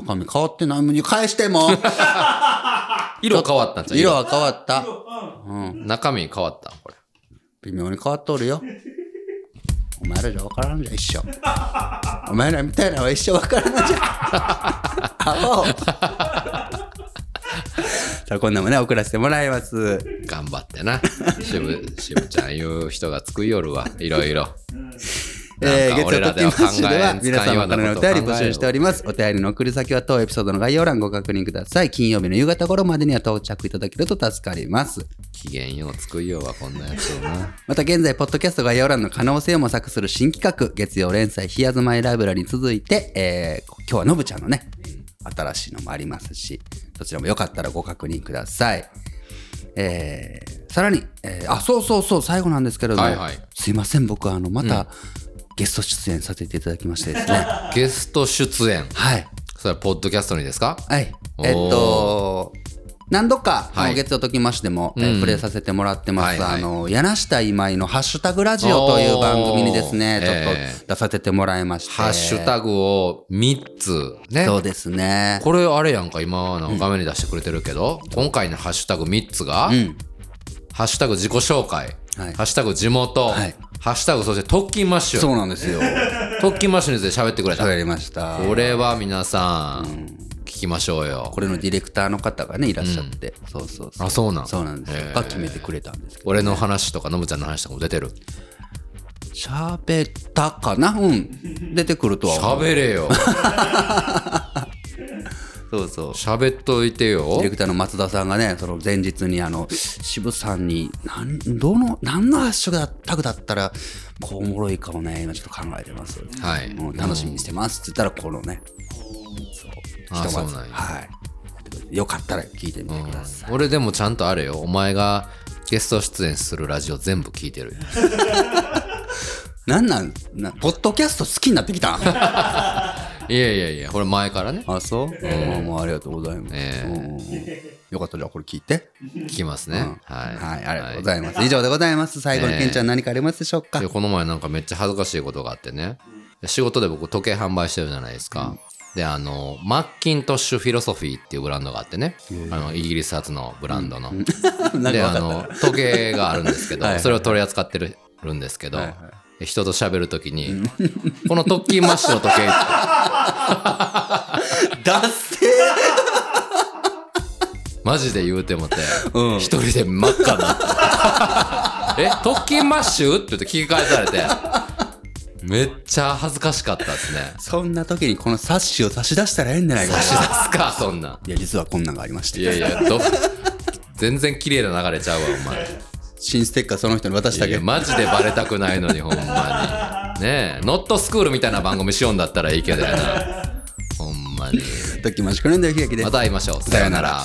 Speaker 1: 中身変わってない。もう返してもう
Speaker 2: 色変わったんじゃん
Speaker 1: 色は変わった。
Speaker 3: う
Speaker 1: うん。
Speaker 2: 中身変わったこれ。
Speaker 1: 微妙に変わっとるよ。お前らじゃ分からんじゃん、一生。お前らみたいなのは一生分からんじゃん。会おう。さあ、今度もね、送らせてもらいます。
Speaker 2: 頑張ってな。渋、渋ちゃんいう人がつくよるわ。いろいろ。
Speaker 1: えー、
Speaker 2: なんか
Speaker 1: 月
Speaker 2: 俺
Speaker 1: 曜
Speaker 2: ら
Speaker 1: 特
Speaker 2: で
Speaker 1: 勤
Speaker 2: は
Speaker 1: マッシュでは
Speaker 2: 考えん
Speaker 1: 皆様からのお便り
Speaker 2: 使いようなことを考えよう
Speaker 1: 募集しております。お便りの送り先は当エピソードの概要欄ご確認ください。金曜日の夕方頃までには到着いただけると助かります。
Speaker 2: 機嫌ようつくようはこんなやつをな。
Speaker 1: また現在、ポッドキャスト概要欄の可能性を模索する新企画、月曜連載、ヒアズマイライブラリに続いて、えー、今日はのぶちゃんのね、新しいのもありますし、どちらもよかったらご確認ください。えー、さらに、えーあ、そうそうそう、最後なんですけれども、
Speaker 2: はいはい
Speaker 1: すいません、僕、あの、また、ゲスト出演させていただきましてですね、
Speaker 2: ゲスト出演。
Speaker 1: はい。
Speaker 2: それはポッドキャストにですか
Speaker 1: はい。
Speaker 2: おー
Speaker 1: えっと、何度か、
Speaker 2: はい
Speaker 1: もう月曜ときましても、えー
Speaker 2: うん
Speaker 1: 触れさせてもらってま
Speaker 2: はい
Speaker 1: す。
Speaker 2: はい
Speaker 1: あの、柳下今井のハッシュタグラジオという番組にですね、
Speaker 2: おー
Speaker 1: ちょ
Speaker 2: え
Speaker 1: っと出させてもらいまして。
Speaker 2: ハッシュタグを3つ。ね。
Speaker 1: そうですね。
Speaker 2: これあれやんか、今の画面に出してくれてるけど、今回のハッシュタグ3つが、
Speaker 1: うん。
Speaker 2: ハッシュタグ自己紹介、
Speaker 1: はい
Speaker 2: ハッシュタグ地元、
Speaker 1: はい
Speaker 2: ハッシュタグそして特勤マッシ
Speaker 1: そ
Speaker 2: ュ。
Speaker 1: うなんです よ。
Speaker 2: 特勤マッシュについて喋ってくれた。
Speaker 1: 喋りました。
Speaker 2: これは皆さん、聞きましょうよ
Speaker 1: こ。れのディレクターの方がね、いらっしゃって。そうそうそう。
Speaker 2: あそうなん
Speaker 1: そうなんです
Speaker 2: へ
Speaker 1: よ。
Speaker 2: ー
Speaker 1: が決めてくれたんですけど。
Speaker 2: 俺の話とか、のぶちゃんの話とかも出てる。
Speaker 1: 喋ったかなうん。出てくるとは思う。
Speaker 2: 喋 れよ。
Speaker 1: そうそう。
Speaker 2: 喋っといて
Speaker 1: ディ
Speaker 2: よ
Speaker 1: レ。クターの松田さんがね、その前日にあの、渋さんに、なん、どの、何のハッシュタグだったら、こうおもろいかをね、今ちょっと考えてます。
Speaker 2: はい
Speaker 1: もう楽しみにしてます。って言ったら、このね、そう、
Speaker 2: あ
Speaker 1: ひとま
Speaker 2: そう
Speaker 1: ず、
Speaker 2: なんや
Speaker 1: はい。よかったら聞いてみてください。
Speaker 2: 俺でもちゃんとあれよ。お前がゲスト出演するラジオ全部聞いてるよ。
Speaker 1: なんなんな、ポッドキャスト好きになってきた
Speaker 2: いやいやいや、これ前からね、
Speaker 1: あ、そう、うん、もうありがとうございます。
Speaker 2: ええ
Speaker 1: うんうんよかったら、じゃあこれ聞いて。
Speaker 2: 聞きますね。はい。
Speaker 1: はい、ありがとうご
Speaker 2: は
Speaker 1: ざいます。以上でございます。最後に
Speaker 2: ええ
Speaker 1: ケンちゃん何かありますでしょうか、
Speaker 2: いでこの前なんかめっちゃ恥ずかしいことがあってね。仕事で僕時計販売してるじゃないですか。で、あの、マッキントッシュフィロソフィーっていうブランドがあってね。あの、イギリス発のブランドの。
Speaker 1: なん か
Speaker 2: で、
Speaker 1: わ
Speaker 2: あ
Speaker 1: かっ
Speaker 2: の、時計があるんですけど、
Speaker 1: はいはい
Speaker 2: それを取り扱ってるるんですけど、
Speaker 1: はいは
Speaker 2: で人と喋るときに、 この特勤マッシュの時計って
Speaker 1: た。 ダッセー
Speaker 2: マジで言うて もて、
Speaker 1: うん
Speaker 2: 一人で真っ赤になって。 え、特勤マッシュって言って聞き返されて、めっちゃ恥ずかしかったですね。
Speaker 1: そんな時にこの冊子を差し出したらええんじゃないか
Speaker 2: 差し出すか、そんなん。
Speaker 1: いや、実はこんなんがありまして。
Speaker 2: いやいや、ど、全然綺麗な流れちゃうわ、お前。
Speaker 1: 新ステッカーその人に渡し
Speaker 2: い
Speaker 1: た
Speaker 2: やい
Speaker 1: け
Speaker 2: や
Speaker 1: ど。
Speaker 2: マジでバレたくないのに、ほんまに。ねえ、ノットスクールみたいな番組しようんだったらいいけどやな。ほんまに。
Speaker 1: ときましくるんだよ、ひやきです
Speaker 2: また会いましょう。さよなら。